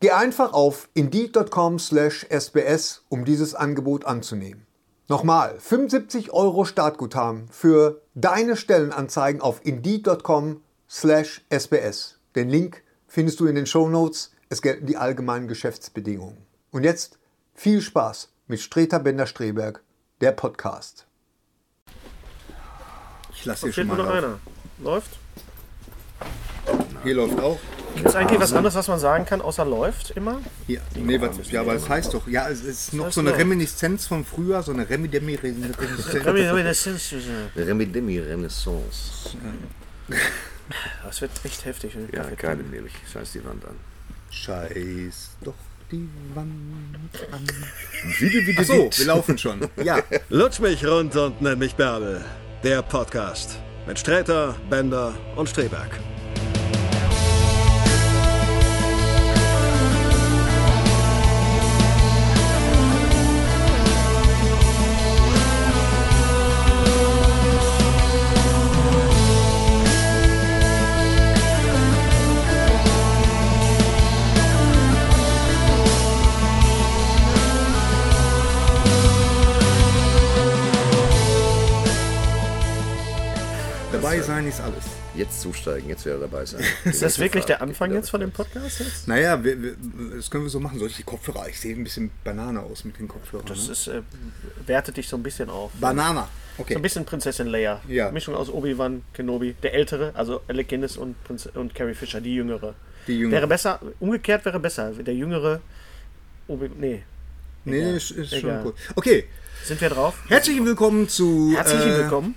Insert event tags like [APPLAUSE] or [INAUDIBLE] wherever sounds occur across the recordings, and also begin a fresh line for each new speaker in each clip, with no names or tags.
Geh einfach auf indeed.com/sbs, um dieses Angebot anzunehmen. Nochmal, 75 Euro Startguthaben für deine Stellenanzeigen auf indeed.com/sbs. Den Link findest du in den Shownotes. Es gelten die allgemeinen Geschäftsbedingungen. Und jetzt viel Spaß mit Streter Bender-Streberg, der Podcast. Ich lasse
Da fehlt nur noch einer. Läuft?
Hier läuft auch.
Gibt es eigentlich was anderes, was man sagen kann, außer läuft immer?
Hier. Nee, was, ja, aber es heißt doch, ja, es ist noch
heißt
so eine
läuft.
Reminiszenz von früher, so eine Remi-Demi-Reminiszenz.
Das
Remedemi Renaissance.
wird echt heftig. wenn ich
Ja,
Kaffee
keine Milch. Scheiß die Wand an.
Scheiß doch die Wand an.
Wieder, wieder
Ach so, wir laufen schon. [LAUGHS] Ja,
Lutsch mich rund und nenn mich Bärbel. Der Podcast mit Sträter, Bender und Streberg.
dabei
äh,
sein ist alles.
Jetzt zusteigen, jetzt wieder dabei sein.
[LAUGHS] Ist das wirklich der Anfang jetzt von dem Podcast? Jetzt?
Naja, wir, wir, das können wir so machen. Soll ich die Kopfhörer? Ich sehe ein bisschen Banane aus mit den Kopfhörern.
Das
ne?
ist, äh, wertet dich so ein bisschen auf.
Banana.
So ein
Okay.
bisschen Prinzessin Leia.
Ja.
Mischung aus Obi-Wan Kenobi, der Ältere, also Alec Guinness und, Prinz und Carrie Fisher, die Jüngere.
Die Jüngere.
Wäre besser, umgekehrt wäre besser. Der Jüngere, Obi, nee.
Nee,
Egal.
ist, ist schon
Egal.
gut. Okay.
Sind wir drauf?
Herzlich willkommen zu.
Herzlich
äh,
willkommen.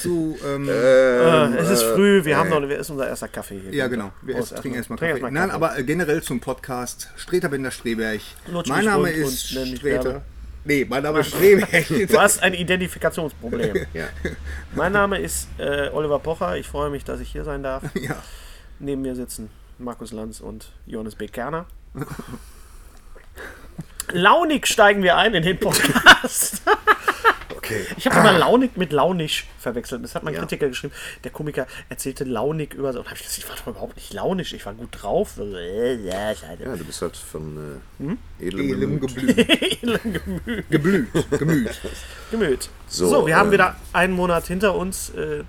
Zu, ähm,
Äh, es ist früh, wir haben noch, es ist unser erster Kaffee hier.
Ja, genau. Wir
Prost
erst, trinken erstmal Kaffee.
Trink
Nein, aber äh, generell zum Podcast Streter Bender Streberg.
Lutsch
Mein
mich
Name
rund
ist
und nenn mich
Streter.
Bärbel.
Nee, mein Name ist
[LAUGHS]
Streberg.
Du hast ein Identifikationsproblem.
Ja.
mein Name ist äh, Oliver Pocher. Ich freue mich, dass ich hier sein darf.
ja.
Neben mir sitzen Markus Lanz und Johannes B. Kerner. Launig steigen wir ein in den Podcast.
Okay.
Ich habe immer Launig mit Launisch verwechselt. Das hat mein
Ja.
Kritiker geschrieben. Der Komiker erzählte Launig über so. Und hab ich gesagt, ich war doch überhaupt nicht launisch. Ich war gut drauf. So, äh, ja, ich hatte
Ja, du bist halt von äh,
Hm?
edlem
Elem
Gemüt.
geblüht.
[LAUGHS] edlen Gemüt.
geblüht.
[LAUGHS]
Gemüt.
Gemüt. So,
So,
wir haben
ähm,
wieder einen Monat hinter uns, äh,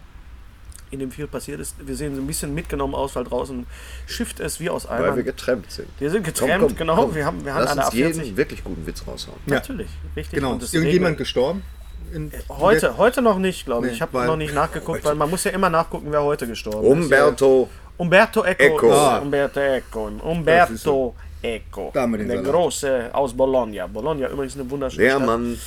in dem viel passiert ist. Wir sehen so ein bisschen mitgenommen aus, weil draußen schifft es wie aus
Weil wir
Eimern.
getrennt sind.
Wir sind getrennt, genau. Wir haben- wir haben
Lass
alle
uns jeden
48.
wirklich guten Witz raushauen.
Ja.
Natürlich, richtig.
Genau.
Und es
Ist irgendjemand
regnet.
gestorben? In-
Heute, heute noch nicht, glaube ich.
Nee,
ich habe
weil-
noch nicht nachgeguckt, weil man muss ja immer nachgucken, wer heute gestorben ist.
Umberto.
Umberto Eco.
Eco.
Ah.
Ah. Umberto Eco.
Das ist so.
Umberto Eco.
Da haben wir
Der
den Salat.
Große aus Bologna. Bologna übrigens eine wunderschöne
Der
Stadt.
Mann.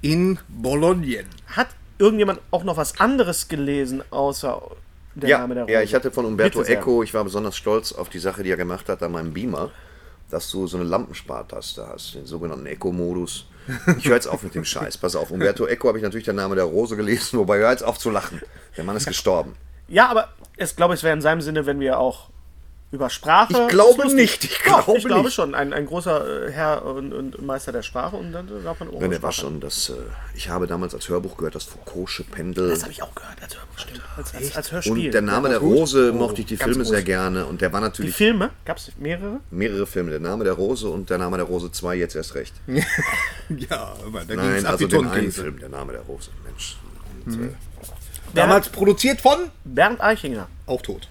In Bologna.
Hat irgendjemand auch noch was anderes gelesen, außer der
Ja,
Name der Rose?
ja, ich hatte von Umberto
Bitte sehr.
Eco, ich war besonders stolz auf die Sache, die er gemacht hat an meinem Beamer, dass du so eine Lampenspartaste hast, den sogenannten Eco-Modus. Ich höre jetzt auf mit dem Scheiß. Pass auf, Umberto Eco habe ich natürlich den Namen der Rose gelesen, wobei hör jetzt auf zu lachen. Der Mann ist gestorben.
Ja, aber es glaube ich, es wäre in seinem Sinne, wenn wir auch über Sprache.
Ich glaube
Doch,
nicht, ich glaube
ich glaube
nicht.
schon. Ein, ein großer äh, Herr und, und Meister der Sprache und dann darf man oh,
Nein, der war schon das. äh, Ich habe damals als Hörbuch gehört, das Foucault'sche Pendel.
Das habe ich auch gehört, als Hörbuch. Stimmt. Als, als, als Hörspiel. Oh,
Und der Name der Rose mochte ich die Filme sehr gerne. Und der war
Die
natürlich
Filme? Gab es mehrere?
mehrere Filme. Der Name der Rose und der Name der Rose 2 jetzt erst recht.
[LAUGHS] Ja, aber da ging es
Nein,
ab
also
die
den einen
Tonkäse.
Film, der Name der Rose. Mensch. Und, äh,
Damals produziert von.
Bernd Eichinger.
Auch tot.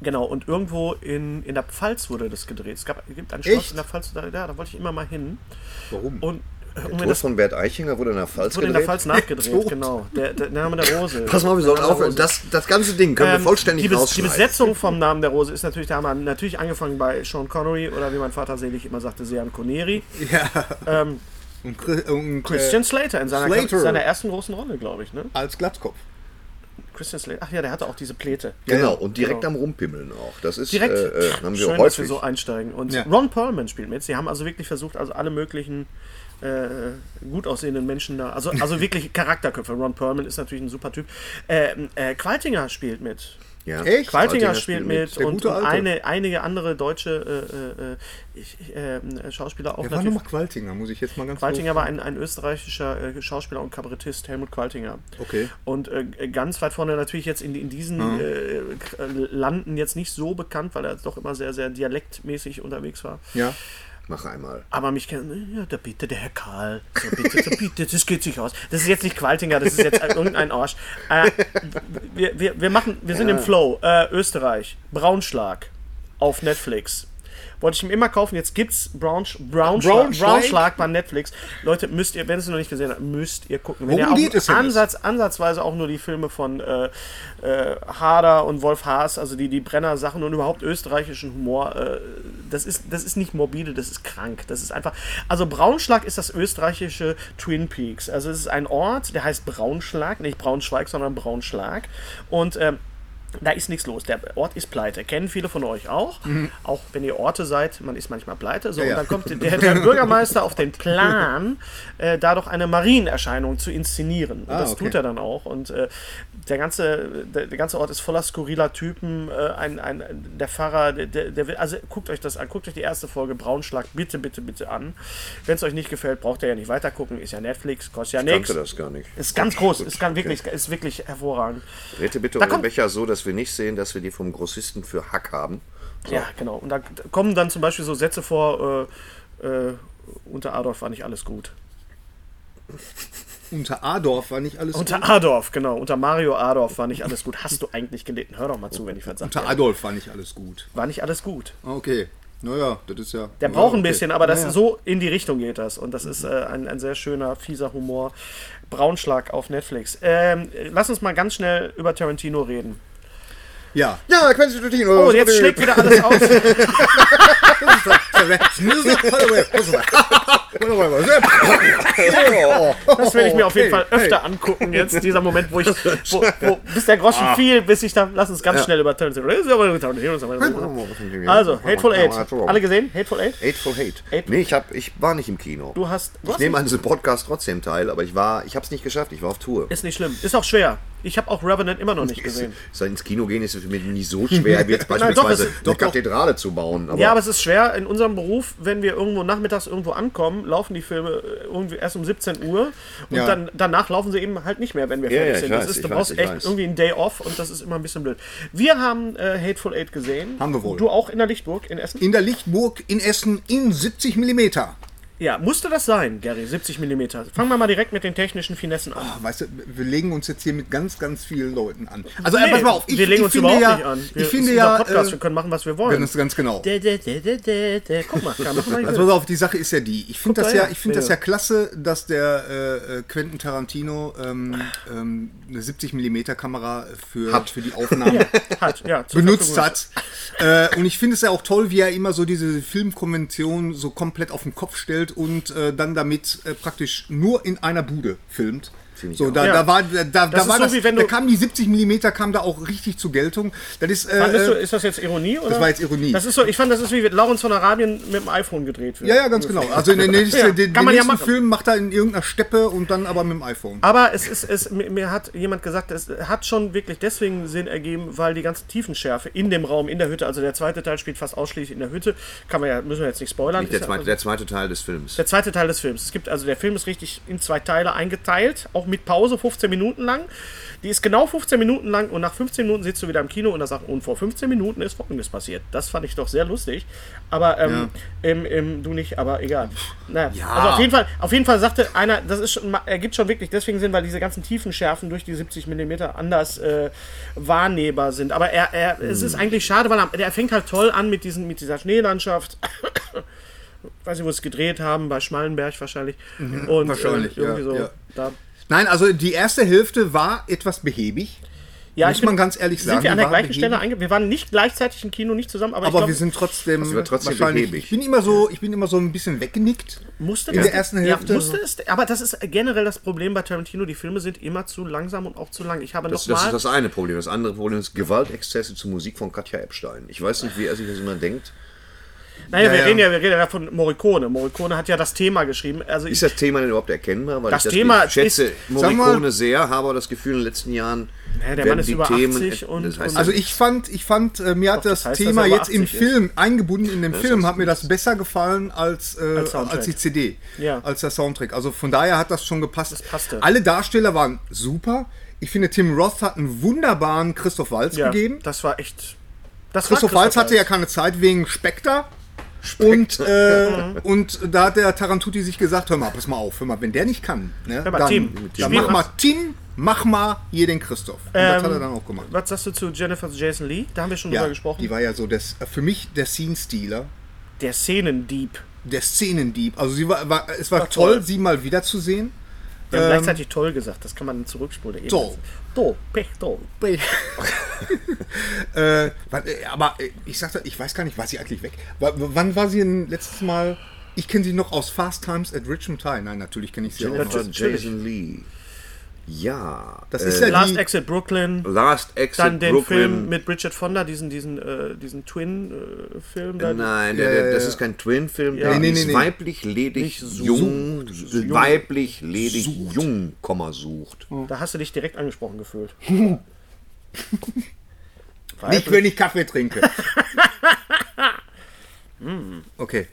Genau, und irgendwo in, in der Pfalz wurde das gedreht. Es gab, gibt ein Schloss
Echt?
in der Pfalz, da, ja, da wollte ich immer mal hin.
Warum?
Und äh, um
Der Tod von Bert Eichinger wurde in der Pfalz
Wurde in
gedreht.
der Pfalz
[LAUGHS]
nachgedreht,
Tod.
genau. Der, der Name der Rose.
[LAUGHS] Pass mal, wir
Der
sollen
Name der
aufhören.
Rose.
Das, das ganze Ding können
Ähm,
wir vollständig
die, Bes- die
rausschneiden.
Besetzung vom Namen der Rose ist natürlich, da haben wir natürlich angefangen bei Sean Connery oder wie mein Vater selig immer sagte, Sean Connery.
[LAUGHS] Ja. und, Chri- und,
Ähm,
äh,
Christian Slater in seiner,
Slater.
seiner ersten großen Rolle, glaube ich. Ne?
Äh, als Glatzkopf.
Christian Slater. Ach ja, der hatte auch diese Pläte.
Genau, und direkt
Genau.
am Rumpimmeln auch. Das ist,
Direkt.
äh, äh, haben wir
Schön, dass
häufig.
wir so einsteigen. Und
Ja.
Ron Perlman spielt mit. Sie haben also wirklich versucht, also alle möglichen äh, gut aussehenden Menschen da, also, also
[LAUGHS]
wirklich Charakterköpfe. Ron Perlman ist natürlich ein super Typ. Ähm, äh, Qualtinger spielt mit.
ja.
Echt?
Qualtinger spielt mit
Der
und,
gute
und
Alte.
eine, einige andere deutsche äh, äh, ich, ähm, Schauspieler auch
Der war
natürlich.
nochmal Qualtinger, muss ich jetzt mal ganz
Qualtinger
doof-
war ein, ein österreichischer äh, Schauspieler und Kabarettist, Helmut Qualtinger.
Okay. Mhm.
Und äh, g- ganz weit vorne natürlich jetzt in, in diesen äh, K- äh, Landen jetzt nicht so bekannt, weil er doch immer sehr, sehr dialektmäßig unterwegs war.
Ja.
Mach einmal.
Aber mich kennen, ja, da bitte der Herr Karl, da bitte, da bitte, das geht sich aus. Das ist jetzt nicht Qualtinger, das ist jetzt äh, irgendein Arsch. Äh, wir, wir, wir, machen, wir sind im Flow. Äh, Österreich, Braunschlag auf Netflix. Wollte ich ihm immer kaufen, jetzt gibt's Braunsch, Braunschlag,
Braunschlag?
Braunschlag? bei Netflix. Leute, müsst ihr, wenn ihr es noch nicht gesehen habt, müsst ihr gucken. Wenn
Worum
ihr auch
geht es denn
Ansatz, ansatzweise auch nur die Filme von äh, äh, Hader und Wolf Haas, also die, die Brenner-Sachen und überhaupt österreichischen Humor, äh, das, ist, das ist nicht morbide, das ist krank. Das ist einfach. Also Braunschlag ist das österreichische Twin Peaks. Also es ist ein Ort, der heißt Braunschlag, nicht Braunschweig, sondern Braunschlag. Und ähm, da ist nichts los. Der Ort ist pleite. Kennen viele von euch auch. Auch wenn ihr Orte seid, man ist manchmal pleite. So,
Mhm. Ja, ja.
und dann kommt der, der
[LAUGHS]
Bürgermeister auf den Plan, äh, dadurch eine Marienerscheinung zu inszenieren. Und
Ah,
das
okay.
tut er dann auch. Und äh, der, ganze, der, der ganze Ort ist voller skurriler Typen. Äh, ein, ein, der Pfarrer, der, der, der will, also guckt euch das an. Guckt euch die erste Folge Braunschlag bitte, bitte, bitte an. Wenn es euch nicht gefällt, braucht ihr ja nicht weitergucken. Ist ja Netflix, kostet ja nichts.
Kannte das gar nicht.
Ist ganz groß, ist, ganz, wirklich, ist wirklich hervorragend.
Rette bitte
Da
euren
kommt-
Becher so, dass wir nicht sehen, dass wir die vom Grossisten für Hack haben.
Ja, genau. Und da da kommen dann zum Beispiel so Sätze vor, äh, äh, unter Adolf war nicht alles gut.
Unter Adorf war nicht alles
Unter
gut.
Adolf, genau. Unter Mario Adolf war nicht alles gut. Hast du eigentlich gelitten? Hör doch mal zu, wenn ich was
Unter
sage.
Adolf war nicht alles gut.
War nicht alles gut.
Ah, Okay. Naja, das ist ja.
Der
ja,
braucht ein
okay.
bisschen, aber das
Naja.
so in die Richtung geht das. Und das ist äh, ein, ein sehr schöner, fieser Humor. Braunschlag auf Netflix. Ähm, lass uns mal ganz schnell über Tarantino reden.
Ja.
Ja, Quentin Tarantino.
Oh, jetzt
[LAUGHS]
schlägt wieder alles auf.
[LAUGHS] [LAUGHS]
Das werde ich mir auf jeden Fall öfter angucken jetzt, dieser Moment, wo ich, wo, wo, bis der Groschen
Ah.
fiel, bis ich dann, lass uns ganz schnell über Tarantino reden. Also, Hateful Eight. Alle gesehen? Hateful Eight?
Hateful Hate.
Hate-
Nee, ich, hab, ich war nicht im Kino.
Du hast, du
ich
hast
nehme an
nicht,
diesem Podcast trotzdem teil, aber ich war, ich habe es nicht geschafft. Ich war auf Tour.
ist nicht schlimm. Ist auch schwer. Ich habe auch Revenant immer noch
[LAUGHS]
nicht
Ist,
gesehen.
ist halt ins Kino gehen ist für mich nie so
[LAUGHS]
schwer, wie jetzt
Nein, doch, es
beispielsweise
ist-
eine
doch, doch.
Kathedrale zu bauen. Aber,
Ja, aber es ist schwer. In unserem Beruf, wenn wir irgendwo nachmittags irgendwo ankommen, laufen die Filme äh, irgendwie erst um 17 Uhr und
Ja.
dann, danach laufen sie eben halt nicht mehr, wenn wir
Ja,
fertig
ja, ich
sind.
weiß,
das ist,
ich
du
weiß,
brauchst
ich
echt
weiß.
irgendwie einen Day off und das ist immer ein bisschen blöd. Wir haben äh, Hateful Eight gesehen.
Haben wir wohl.
Du auch in der Lichtburg in Essen?
In der Lichtburg in Essen in 70 mm.
Ja, musste das sein, Gary, 70 mm. Fangen wir mal direkt mit den technischen Finessen an.
Weißt du, wir legen uns jetzt hier mit ganz, ganz vielen Leuten an. Also,
Nee,
nee, pass mal auf, ich,
wir legen
ich
uns
finde
überhaupt
ja,
nicht an. Wir,
ich
es
finde
ist
ja,
unser Podcast,
äh,
wir können machen, was wir
wenn
wollen.
das ganz genau.
Dä, dä, dä, dä, dä, dä. Guck mal,
[LAUGHS]
kann machen wir
Also pass auf, die Sache ist ja die. Ich finde
Guck
das
da
ja,
her,
ich finde das
Bilder.
ja klasse, dass der äh, äh, Quentin Tarantino ähm, ähm, eine 70 mm Kamera für für die Aufnahme
Hat, [LAUGHS] ja, zur
benutzt
Verfügung. [LAUGHS]
hat. Äh, und ich finde es ja auch toll, wie er immer so diese Filmkonvention so komplett auf den Kopf stellt und äh, dann damit äh, praktisch nur in einer Bude filmt.
Finde ich
So,
auch.
da,
Ja.
da war, da, da,
Das
da
ist
war
so,
das,
wie wenn
da
du-
kam die 70 mm kam da auch richtig zur Geltung. Das ist, äh,
Fandest du,
äh,
ist das jetzt Ironie? Oder?
war jetzt Ironie.
Das ist so, ich fand, das ist wie wenn Lawrence von Arabien mit dem iPhone gedreht wird.
ja, ja, ganz genau. Also in den nächsten,
Ja,
den,
kann
den
man ja
nächsten
machen.
Film macht er in irgendeiner Steppe und dann aber mit dem iPhone.
Aber es ist, es, mir mir hat jemand gesagt, es hat schon wirklich deswegen Sinn ergeben, weil die ganze Tiefenschärfe in dem Raum, in der Hütte, also der zweite Teil spielt fast ausschließlich in der Hütte, kann man ja, müssen wir jetzt nicht spoilern.
Nicht der,
Ist ja-
zweite, der zweite Teil des Films.
Der zweite Teil des Films. Es gibt also der Film ist richtig in zwei Teile eingeteilt, auch mit Pause 15 Minuten lang. Die ist genau 15 Minuten lang und nach 15 Minuten sitzt du wieder im Kino und da sagt, und vor 15 Minuten ist Folgendes passiert. Das fand ich doch sehr lustig. Aber ähm, ähm, ähm, du nicht, aber egal. Naja. Also auf jeden Fall, auf jeden Fall sagte einer, das ist schon, ma- ergibt schon wirklich deswegen Sinn, weil diese ganzen Tiefenschärfen durch die 70 mm anders äh, wahrnehmbar sind. Aber er, er, es ist eigentlich schade, weil er, er fängt halt toll an mit, diesen, mit dieser Schneelandschaft weiß nicht, wo sie es gedreht haben, bei Schmallenberg wahrscheinlich. Und,
Mhm. wahrscheinlich,
äh, irgendwie
ja,
so
ja.
Da.
Nein, also die erste Hälfte war etwas behäbig.
Ja,
Muss
ich bin-
man ganz ehrlich sagen,
Sind wir an
die
der
waren
gleichen Stelle
behäbig.
einge... Wir waren nicht gleichzeitig im Kino, nicht zusammen, aber,
Aber
ich
wir
glaube,
sind trotzdem,
war trotzdem
wahrscheinlich.
behäbig.
Ich bin immer so, ich bin immer so ein bisschen weggenickt.
musste
in
das-
der ersten Hälfte
Ja, musste es, aber das ist generell das Problem bei Tarantino. Die Filme sind immer zu langsam und auch zu lang. Ich habe
Das, das
nochmal...
ist das eine Problem. Das andere Problem ist Gewaltexzesse zur Musik von Katja Epstein. Ich weiß nicht, wie er sich das immer denkt.
Naja,
Ja,
wir
ja.
reden ja, wir reden ja von Morricone. Morricone hat ja das Thema geschrieben. Also ich,
Ist das Thema denn überhaupt erkennbar? Weil
Das
ich das
Thema
ich schätze
ist-
sag mal-
Morricone sehr, habe aber das Gefühl in den letzten Jahren.
der
werden
Mann ist
die
über
Themen,
80 und-
das heißt,
und-
Also ich fand, ich fand, äh, mir hat
Doch,
das,
das heißt, dass
Thema
er über
jetzt im
80 ist.
Film, eingebunden in den Film,
heißt,
hat mir das besser gefallen als, äh,
Als
als,
Soundtrack.
die CD,
Ja.
als der Soundtrack. Also von daher hat das schon gepasst.
Das passte.
Alle Darsteller waren super. Ich finde, Tim Roth hat einen wunderbaren Christoph Walz
ja,
gegeben.
Das war echt... Das war
Christoph Walz hatte ja keine Zeit wegen Spectre. Und, äh,
[LAUGHS]
und da hat der Tarantuti sich gesagt, hör mal, pass mal auf, hör mal, wenn der nicht kann, ne,
mal,
dann,
Tim.
dann
Spiel
mach mal
mal. Ähm,
Tim, mach mal hier den Christoph. Und das hat er dann auch gemacht.
Was sagst du zu Jennifer Jason Lee? Da haben wir schon
Ja,
drüber gesprochen.
die war ja so das, äh, für mich der Scene-Stealer,
der Szenendieb.
der Szenendieb. Also sie war, war es war, toll,
toll.
sie mal wieder zu sehen.
Wir haben gleichzeitig toll gesagt. Das kann man zurückspulen.
So.
Do, pech, do.
äh, wa- äh, aber äh, ich sagte, ich weiß gar nicht, war sie eigentlich weg? W wann war sie denn letztes Mal? Ich kenne sie noch aus Fast Times at Richmond High. Nein, natürlich kenne ich sie auch.
Jennifer
natürlich.
Jason Lee. Ja.
Das ist ja
Last
Äh, die,
Exit Brooklyn.
Last Exit
Dann den
Brooklyn.
Film mit Bridget Fonda, diesen, diesen, äh, diesen äh, Twin-Film.
Nein, der, der, das ist kein Twin-Film. Der
Nee,
nee,
ist
nee, nee.
weiblich ledig
so-
jung, weiblich ledig jung, Komma sucht.
da hast du dich direkt angesprochen gefühlt.
nicht wenn ich Kaffee
[LAUGHS]
trinke. Hm, okay.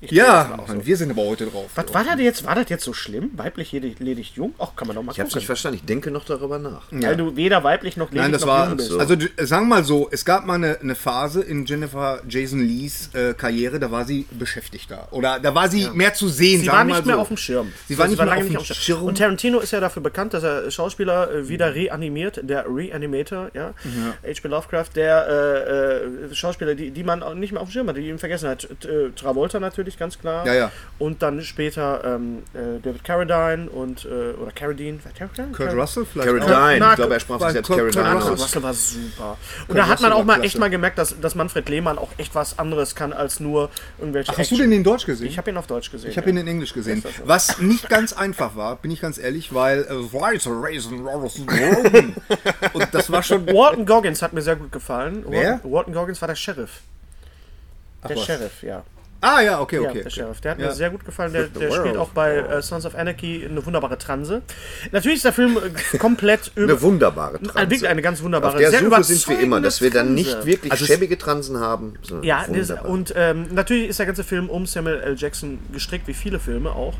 Ja, Mann, wir sind aber heute drauf.
Was war das jetzt? War das jetzt so schlimm? Weiblich ledig, ledig jung? Ach, kann man doch mal
Ich habe es
gucken.
nicht verstanden. Ich denke noch darüber nach.
Weil du weder weiblich noch ledig
Nein, das
noch
war.
jung bist.
Also, d- sagen wir mal so, es gab mal eine, eine Phase in Jennifer Jason Lees äh, Karriere, da war sie beschäftigter. Oder da war sie mehr zu sehen,
Sie
sagen wir
war nicht
mal
mehr
so.
auf dem Schirm. Also
Sie war nicht mehr
lange
auf dem Schirm.
Und Tarantino ist ja dafür bekannt, dass er Schauspieler äh, wieder reanimiert, der Reanimator, ja, H.P. Lovecraft, der äh, äh, Schauspieler, die, die man auch nicht mehr auf dem Schirm hat, die ihn vergessen hat. T- äh, Travolta natürlich, ganz klar.
Ja, ja.
Und dann später ähm, äh, David Carradine und, äh, oder Carradine, war Carradine?
Kurt Russell vielleicht. auch.
Caroline,
Na,
ich glaube, er sprach
bei
sich selbst
Kurt- Kurt
Caroline
Russell,
aus.
Russell war super. Und da hat
Russell
man auch
war
mal
klasse.
echt mal gemerkt, dass, dass Manfred Lehmann auch echt was anderes kann als nur irgendwelche.
Hast du
Action.
den in Deutsch gesehen?
Ich habe ihn auf Deutsch gesehen.
Ich habe ihn in Englisch gesehen. Was nicht ganz einfach war, bin ich ganz ehrlich, weil äh, White Raisin Rosen
[LAUGHS]
Rosen. Und das war schon.
Walton Goggins hat mir sehr gut gefallen.
Wer?
Walton, Walton Goggins war der Sheriff. Der
was.
Sheriff, ja.
Ah ja, okay,
ja
okay.
der Sheriff. Der hat
Ja.
mir sehr gut gefallen. Der, der
the
spielt
world.
auch bei äh, Sons of Anarchy eine wunderbare Transe. Natürlich ist der Film
[LAUGHS]
äh, komplett
Eine
über.
wunderbare
Eine,
Transe.
wirklich eine ganz wunderbare
Auf der
sehr
Suche sind wir
überzeugende
immer, dass wir dann nicht
Transe.
wirklich
Also es-
schäbige Transen haben. sondern
Ja, das,
wunderbare.
und ähm, natürlich ist der ganze Film um Samuel L. Jackson gestrickt, wie viele Filme auch.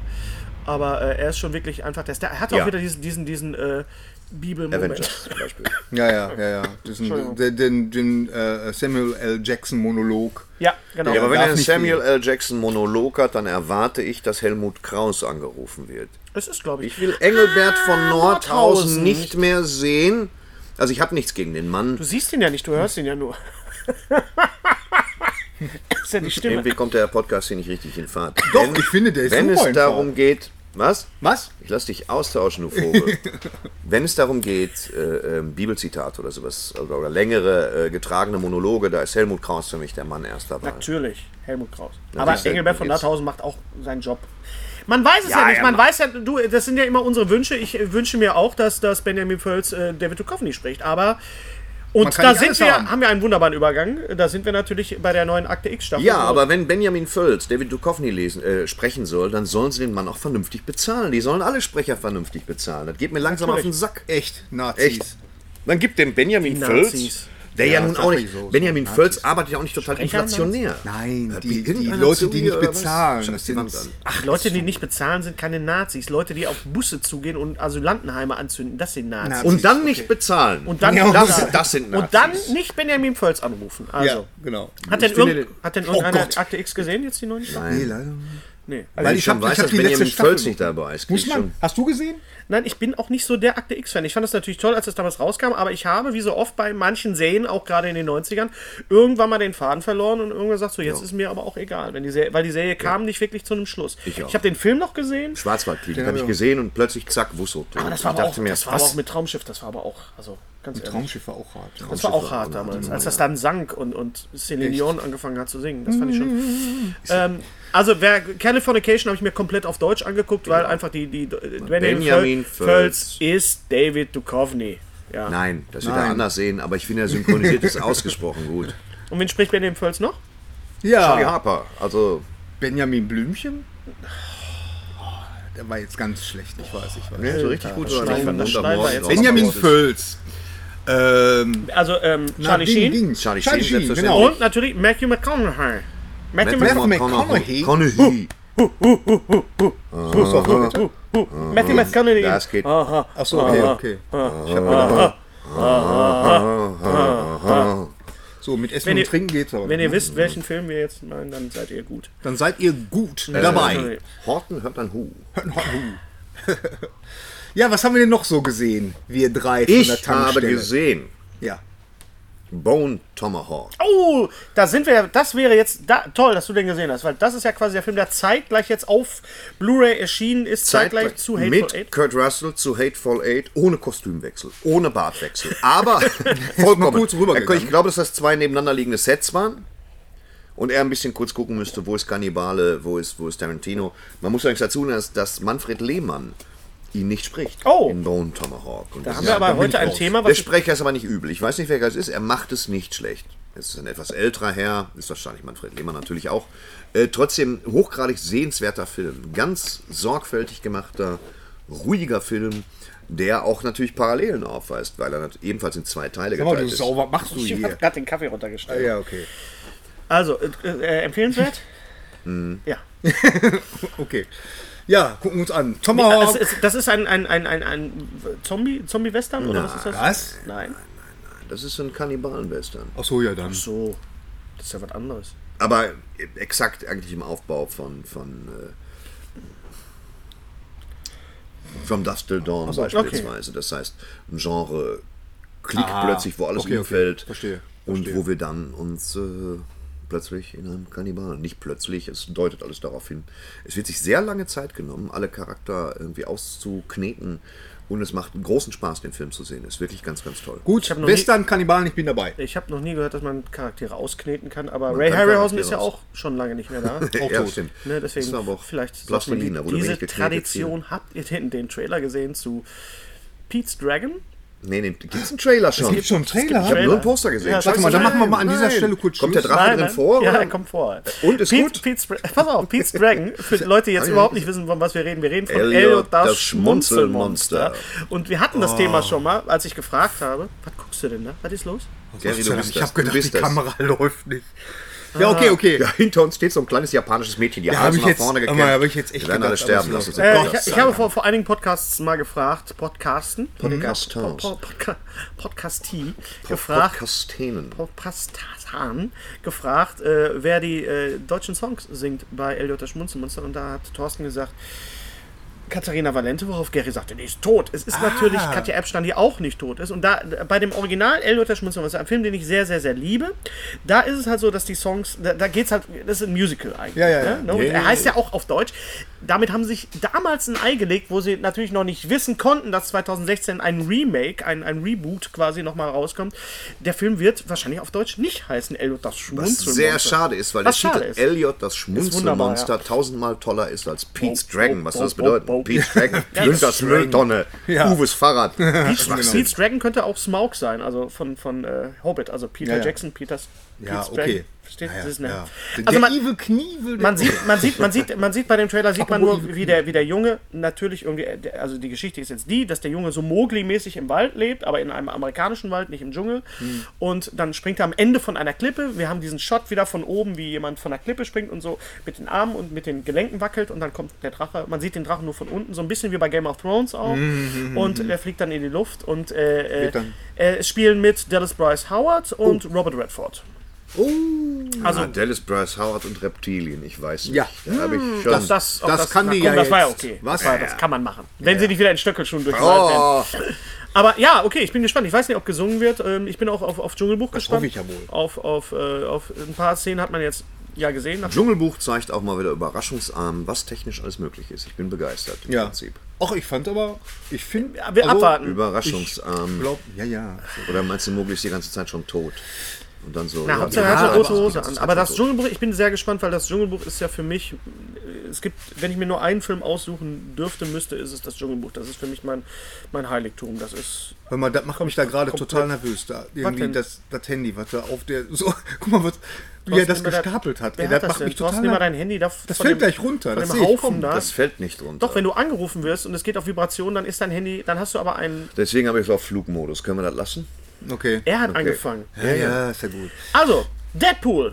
Aber äh, er ist schon wirklich einfach der Star. Er hat auch
Ja.
wieder diesen, diesen, diesen äh, Bibel-Moment.
Avengers zum Beispiel.
Ja, ja, ja, ja. Das ist ein, den den, den äh, Samuel L. Jackson Monolog.
Ja, genau.
Ja, aber wenn
darf
er einen
nicht
Samuel L. Jackson Monolog hat, dann erwarte ich, dass Helmut Kraus angerufen wird.
es ist, glaube ich.
Ich will Engelbert von Ah, Nordhausen
Nordhausen.
nicht mehr sehen. Also ich habe nichts gegen den Mann.
Du siehst ihn ja nicht, du hörst ihn ja
[LAUGHS]
nur. das ist ja die Stimme.
Hm, Irgendwie kommt der Podcast hier nicht richtig in Fahrt.
Doch, ich finde, der ist
Wenn
super
es
in
darum geht, was?
Was?
Ich lass dich
[LAUGHS]
austauschen, du Vogel. Wenn es darum geht, äh, ähm, Bibelzitat oder sowas, oder, oder längere äh, getragene Monologe, da ist Helmut Kraus für mich der Mann erster Wahl.
Natürlich, Helmut Kraus.
Ja,
aber
siehst du,
Engelbert von
jetzt-
Nordhausen macht auch seinen Job. Man weiß es ja,
Ja,
nicht,
er
man
macht-
weiß ja, du, das sind ja immer unsere Wünsche. Ich äh, wünsche mir auch, dass, dass Benjamin Völz äh, David Duchovny spricht, aber.
Man
Und
kann
da
nicht
sind
alles
wir,
haben.
haben. wir einen wunderbaren Übergang. Da sind wir natürlich bei der neuen Akte X-Staffel.
Ja, aber wenn Benjamin Völz David Duchovny lesen, äh, sprechen soll, dann sollen sie den Mann auch vernünftig bezahlen. Die sollen alle Sprecher vernünftig bezahlen. Das geht mir langsam auf den Sack.
Echt, Nazis.
Echt. Dann gibt dem Benjamin
Die
Völz,
Nazis.
der ja,
Ja,
nun
sag
auch
ich
nicht,
so, so
Benjamin
Nazis.
Völz arbeitet ja auch nicht total
Sprecher
inflationär.
Nein,
Hat
die, die
irgendeiner
Leute, die
Theorie
nicht
oder was?
bezahlen,
Scheiß
das
die
sind
Wand an.
Ach, Leute, die nicht bezahlen, sind keine Nazis. Leute, die auf Busse zugehen und Asylantenheime anzünden, das sind Nazis.
Nazis.
Und dann nicht bezahlen.
Und dann,
Ja,
das, das sind Nazis.
und dann nicht Benjamin Völz anrufen. Also.
ja, genau.
Hat denn,
Ich finde
irgend,
den-
hat denn
Oh
irgendeiner
Gott.
Akte X gesehen, jetzt die neuen Staffel?
Nee, leider.
Nee. Also
Weil ich, schon
hab-
weiß,
hab
dass Benjamin Völz nicht dabei ist.
Muss
krieg ich
man?
schon-
Hast du gesehen?
Nein, ich bin auch nicht so der Akte X-Fan. Ich fand das natürlich toll, als das damals rauskam, aber ich habe, wie so oft bei manchen Serien, auch gerade in den 90ern, irgendwann mal den Faden verloren und irgendwann sagt so, jetzt ist mir aber auch egal, wenn die Serie, weil die Serie kam nicht wirklich zu einem Schluss. Ich,
auch.
habe den Film noch gesehen,
Schwarzwaldklinik habe ich gesehen und plötzlich zack, Wusso.
aber das war,
ich
aber auch,
dachte mir,
das war aber
was?
auch mit Traumschiff, das war aber auch, also ganz ehrlich.
Traumschiff war auch hart.
Das war auch
Traumschiff war
hart
auch hart,
damals, als das dann sank und, und Celine Dion angefangen hat zu singen. Das fand ich schon. Ähm, also, wer Californication habe ich mir komplett auf Deutsch angeguckt, weil einfach die, die
Benjamin
Völz
Völz
ist David Duchovny. Ja.
Nein, das wird er anders sehen, aber ich finde, er synchronisiert es [LAUGHS] ausgesprochen gut.
Und wen spricht Benjamin Völz noch?
Charlie
Ja,
Harper, also
Benjamin Blümchen? Oh, Der war jetzt ganz schlecht, ich weiß, ich weiß.
ne, so richtig gut. so
schneiden wir-
am
das schneiden wir
Montagmorgen
jetzt.
raus.
Benjamin Völz. Ähm,
Also ähm,
na,
Charlie
Ding,
Sheen
Ding.
Charlie
Charlie
Sheen,
Sheen,
selbstverständlich.
genau.
und natürlich Matthew McConaughey. Matthew
Matthew
Mc-
McConaughey.
McConaughey.
McConaughey.
Matthew McConaughey.
Das geht.
Achso, okay, okay. Ich hab gedacht- So, mit Essen
Wenn
und
ihr-
Trinken geht's aber.
Wenn ihr wisst, welchen Film wir jetzt meinen, dann seid ihr gut.
Dann seid ihr gut dabei.
Äh, Sorry.
Horton hört ein Hu.
Ja, was haben wir denn noch so gesehen? Wir drei von der
Ich habe
Tankstelle.
gesehen,
Ja.
Bone Tomahawk.
Oh, da sind wir. ja- Das wäre jetzt da, toll, dass du den gesehen hast, weil das ist ja quasi der Film, der zeitgleich jetzt auf Blu-ray erschienen ist, zeitgleich, zu Hateful
mit
Eight.
Kurt Russell zu Hateful Eight ohne Kostümwechsel, ohne Bartwechsel.
[LAUGHS]
Aber [LAUGHS] vollkommen.
kurz rübergegangen.
ich glaube, dass das zwei nebeneinander liegende Sets waren. Und er ein bisschen kurz gucken müsste, wo ist Kannibale, wo ist, wo ist Tarantino. Man muss eigentlich dazu sagen, dass, dass Manfred Lehmann ihn nicht spricht
Oh.
in Bone Tomahawk. Und
Da
das
haben
ist
wir
ja-
aber heute ein Thema,
der
was ich,
Sprecher ist aber nicht übel. Ich weiß nicht, wer das ist. Er macht es nicht schlecht. Es ist ein etwas älterer Herr, ist wahrscheinlich Manfred Lehmann natürlich auch. Äh, trotzdem hochgradig sehenswerter Film. Ganz sorgfältig gemachter, ruhiger Film, der auch natürlich Parallelen aufweist, weil er nat- ebenfalls in zwei Teile
Sag mal,
geteilt
du
ist.
Sau, was machst du
ich habe
hier?
gerade den Kaffee runtergestellt.
Ja, okay.
Also, äh, äh, empfehlenswert? Ja.
Okay. Ja, gucken wir uns an.
Das
Tomahawk.
ist, das ist ein, ein, ein, ein, ein Zombie, Zombie-Western oder was ist das?
Was?
Nein.
Das ist ein Kannibalenwestern.
Achso, ja dann.
So. Das ist ja was anderes.
Aber exakt eigentlich im Aufbau von. von äh, From Dusk Till Dawn beispielsweise. Das heißt, ein Genre klickt plötzlich, wo alles
okay, okay.
umfällt.
Verstehe,
Und
verstehe.
wo wir dann uns äh, plötzlich in einem Kannibalen. Nicht plötzlich, es deutet alles darauf hin. Es wird sich sehr lange Zeit genommen, alle Charakter irgendwie auszukneten. Und es macht großen Spaß, den Film zu sehen. Ist wirklich ganz, ganz toll.
Gut,
Ich hab noch
Western, Kannibalen, ich bin dabei.
Ich habe noch nie gehört, dass man Charaktere auskneten kann, aber Ray
kann
Harryhausen
Charaktere
ist ja
aus-
auch schon lange nicht mehr da.
Auch
tot.
stimmt.
Ne, deswegen
Ist aber auch
vielleicht sollten wir die-
Plastilina, wurde
diese
wenig geknetet,
Tradition. Habt ihr den, den Trailer gesehen zu Pete's Dragon?
viel. Nee, nee, gibt's einen Trailer schon?
Gibt schon einen Trailer?
Ich habe nur
Trailer.
ein Poster gesehen.
Ja,
Warte mal, dann
Nein,
machen wir mal an dieser
nein.
Stelle kurz
Kommt der
Schluss.
Drache drin vor?
Ja,
oder?
der kommt vor.
Und ist gut?
Pete's, Dra- pass auf,
[LAUGHS]
Pete's Dragon, für die Leute, die jetzt überhaupt nicht wissen, von was wir reden. Wir reden von
Elliot,
Elliot,
das Oh.
das, Schmunzelmonster. Und wir hatten das Thema schon mal, als ich gefragt habe, was guckst du denn da? Was ist los?
Gary, du bist
ich
das.
habe gedacht,
du bist
die
das.
Kamera
[LAUGHS]
läuft nicht. Ja, okay, okay.
Ja, hinter uns steht so ein kleines japanisches Mädchen, die
Da hab
Haare
ich
so nach
jetzt-
vorne
aber
gekämmt.
da hab ich jetzt echt
Wir werden alle
gedacht,
sterben.
alles
Lass uns
los.
Äh,
den Podcast
ich, ich habe
sein.
vor, vor einigen Podcasts mal gefragt, Podcasten, Podcast,
Podcasters.
Podca- Podcastie,
Po-
gefragt,
Podcastenen.
Pastan gefragt, äh, wer die äh, deutschen Songs singt bei Elliot das Schmunzelmonster und da hat Thorsten gesagt, Katharina Valente, worauf Gary sagte, die ist tot. Es ist
Ah.
natürlich Katja Epstein, die auch nicht tot ist. Und da bei dem Original Elliot der Schmunzelmonster, ein Film, den ich sehr, sehr, sehr liebe, da ist es halt so, dass die Songs, da, da geht's halt, das ist ein Musical eigentlich.
Ja, ja, ja.
Ne? Und
Ja, ja,
er heißt
ja.
ja auch auf Deutsch. Damit haben sie sich damals ein Ei gelegt, wo sie natürlich noch nicht wissen konnten, dass 2016 ein Remake, ein, ein Reboot quasi nochmal rauskommt. Der Film wird wahrscheinlich auf Deutsch nicht heißen Elliot das
Was
Schmunzelmonster.
sehr schade ist, weil der
Was schade
Titel
ist.
Elliot, das
wunderbar,
Schmunzelmonster, tausendmal toller ist als Pete's
Bo-
Dragon.
bo-
Was
bo-
soll das
bo-
bedeuten?
bo-
Pete's Dragon, Günthers
Dragon.
Mülltonne, Uwes Fahrrad.
genau.
Pete's Dragon könnte auch Smaug sein, also von, von äh, Hobbit, also Peter
Ja, ja.
Jackson, Peters,
Ja,
Pete's
okay.
Dragon. Versteht
Ja,
das ist
ja,
eine,
ja.
Also
der
man,
Evil Knievel.
man sieht, man sieht, man sieht, man sieht bei dem Trailer sieht man nur, wie der, wie der Junge natürlich irgendwie, äh, der- also die Geschichte ist jetzt die, dass der Junge so Mowgli-mäßig im Wald lebt, aber in einem amerikanischen Wald, nicht im Dschungel. Und dann springt er am Ende von einer Klippe. Wir haben diesen Shot wieder von oben, wie jemand von der Klippe springt und so mit den Armen und mit den Gelenken wackelt und dann kommt der Drache. Man sieht den Drachen nur von unten, so ein bisschen wie bei Game of Thrones auch. Und er fliegt dann in die Luft und äh, äh,
dann- Oh.
äh, spielen mit Dallas Bryce Howard und Robert Redford.
Also, Dallas Bryce Howard und Reptilien, ich weiß nicht.
Ja.
Da habe ich schon.
Das, das, auch
Das kann
na
die
komm,
ja
Das war ja
jetzt.
okay.
Was?
Das, war,
Ja.
das kann man machen. Wenn sie nicht wieder in Stöckelschuhen durchgehalten werden.
oh,
Aber ja, okay, ich bin gespannt. Ich weiß nicht, ob gesungen wird. Ähm, Ich bin auch auf, auf Dschungelbuch gespannt.
hoffe ich ja wohl.
Auf, auf, äh, auf ein paar Szenen hat man jetzt ja gesehen. Nach
Dschungelbuch zeigt auch mal wieder überraschungsarm, was technisch alles möglich ist. Ich bin begeistert im Prinzip.
Ach, ich fand aber, ich finde.
Ja, wir abwarten.
Überraschungsarm.
Glaub, ja, ja.
Oder meinst du, Mogli ist die ganze Zeit schon tot? Und dann so.
Na,
ja,
Hauptsache
die
er hat eine
ganze
rote
Zeit war-
Hose
die
an.
ganze
Aber das
Zeit war tot.
Dschungelbuch, ich bin sehr gespannt, weil das Dschungelbuch ist ja für mich, äh, es gibt, wenn ich mir nur einen Film aussuchen dürfte, müsste, ist es das Dschungelbuch. Das ist für mich mein, mein Heiligtum. Das ist,
Hör mal, das macht mich da gerade total nervös. Da irgendwie
denn?
das, das Handy, was da auf der. So, [LAUGHS] guck mal, was, wie er das
Thorsten, nimm mal dein-
gestapelt hat.
Wer
Ey, das
hat das
macht
denn?
mich
Thorsten,
total.
nimm mal dein
nervös.
Handy. Da,
Das
von
fällt
dem-
gleich runter.
Von
Das
dem
sehe ich
Haufen
kommen.
da.
Das fällt nicht runter.
ne? Doch, wenn du angerufen wirst und es geht auf Vibration, dann ist dein Handy, dann hast du aber einen.
Deswegen habe ich es auf Flugmodus. Können wir das lassen?
Okay.
Er hat angefangen.
Ja, ja, ist ja gut.
Also, Deadpool.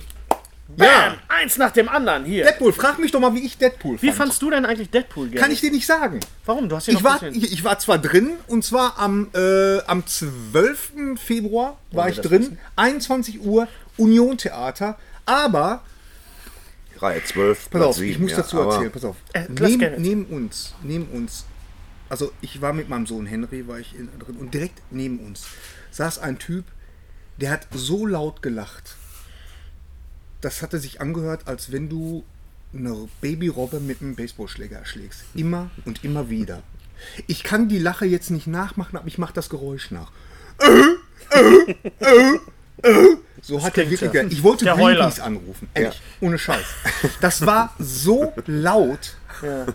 Bam,
Ja.
eins nach dem anderen hier.
Deadpool, frag mich doch mal, wie ich Deadpool
Wie
fand.
fandst du Genau, denn eigentlich Deadpool gerne?
Kann ich dir nicht sagen.
Warum? Du hast ihn
Ich
noch
war,
gesehen.
ich, ich war zwar drin, und zwar am, äh, am 12. Februar war ich drin, 21 Uhr, Union Theater, aber,
Reihe 12.
pass
Platz
auf, ich
sieben,
muss
ja,
dazu
aber-
erzählen, pass auf.
Äh, lass
neben,
gerne.
neben uns, neben uns, also ich war mit meinem Sohn Henry, war ich in, drin, und direkt neben uns saß ein Typ, der hat so laut gelacht. Das hatte sich angehört, als wenn du eine Babyrobbe mit einem Baseballschläger erschlägst. Immer und immer wieder. Ich kann die Lache jetzt nicht nachmachen, aber ich mache das Geräusch nach. Äh, So hat er
klingt
wirklich.
ja.
ge- Ich wollte
Der
Greenpeace
Heuler.
anrufen. Ehrlich, ohne Scheiß. Das war so laut.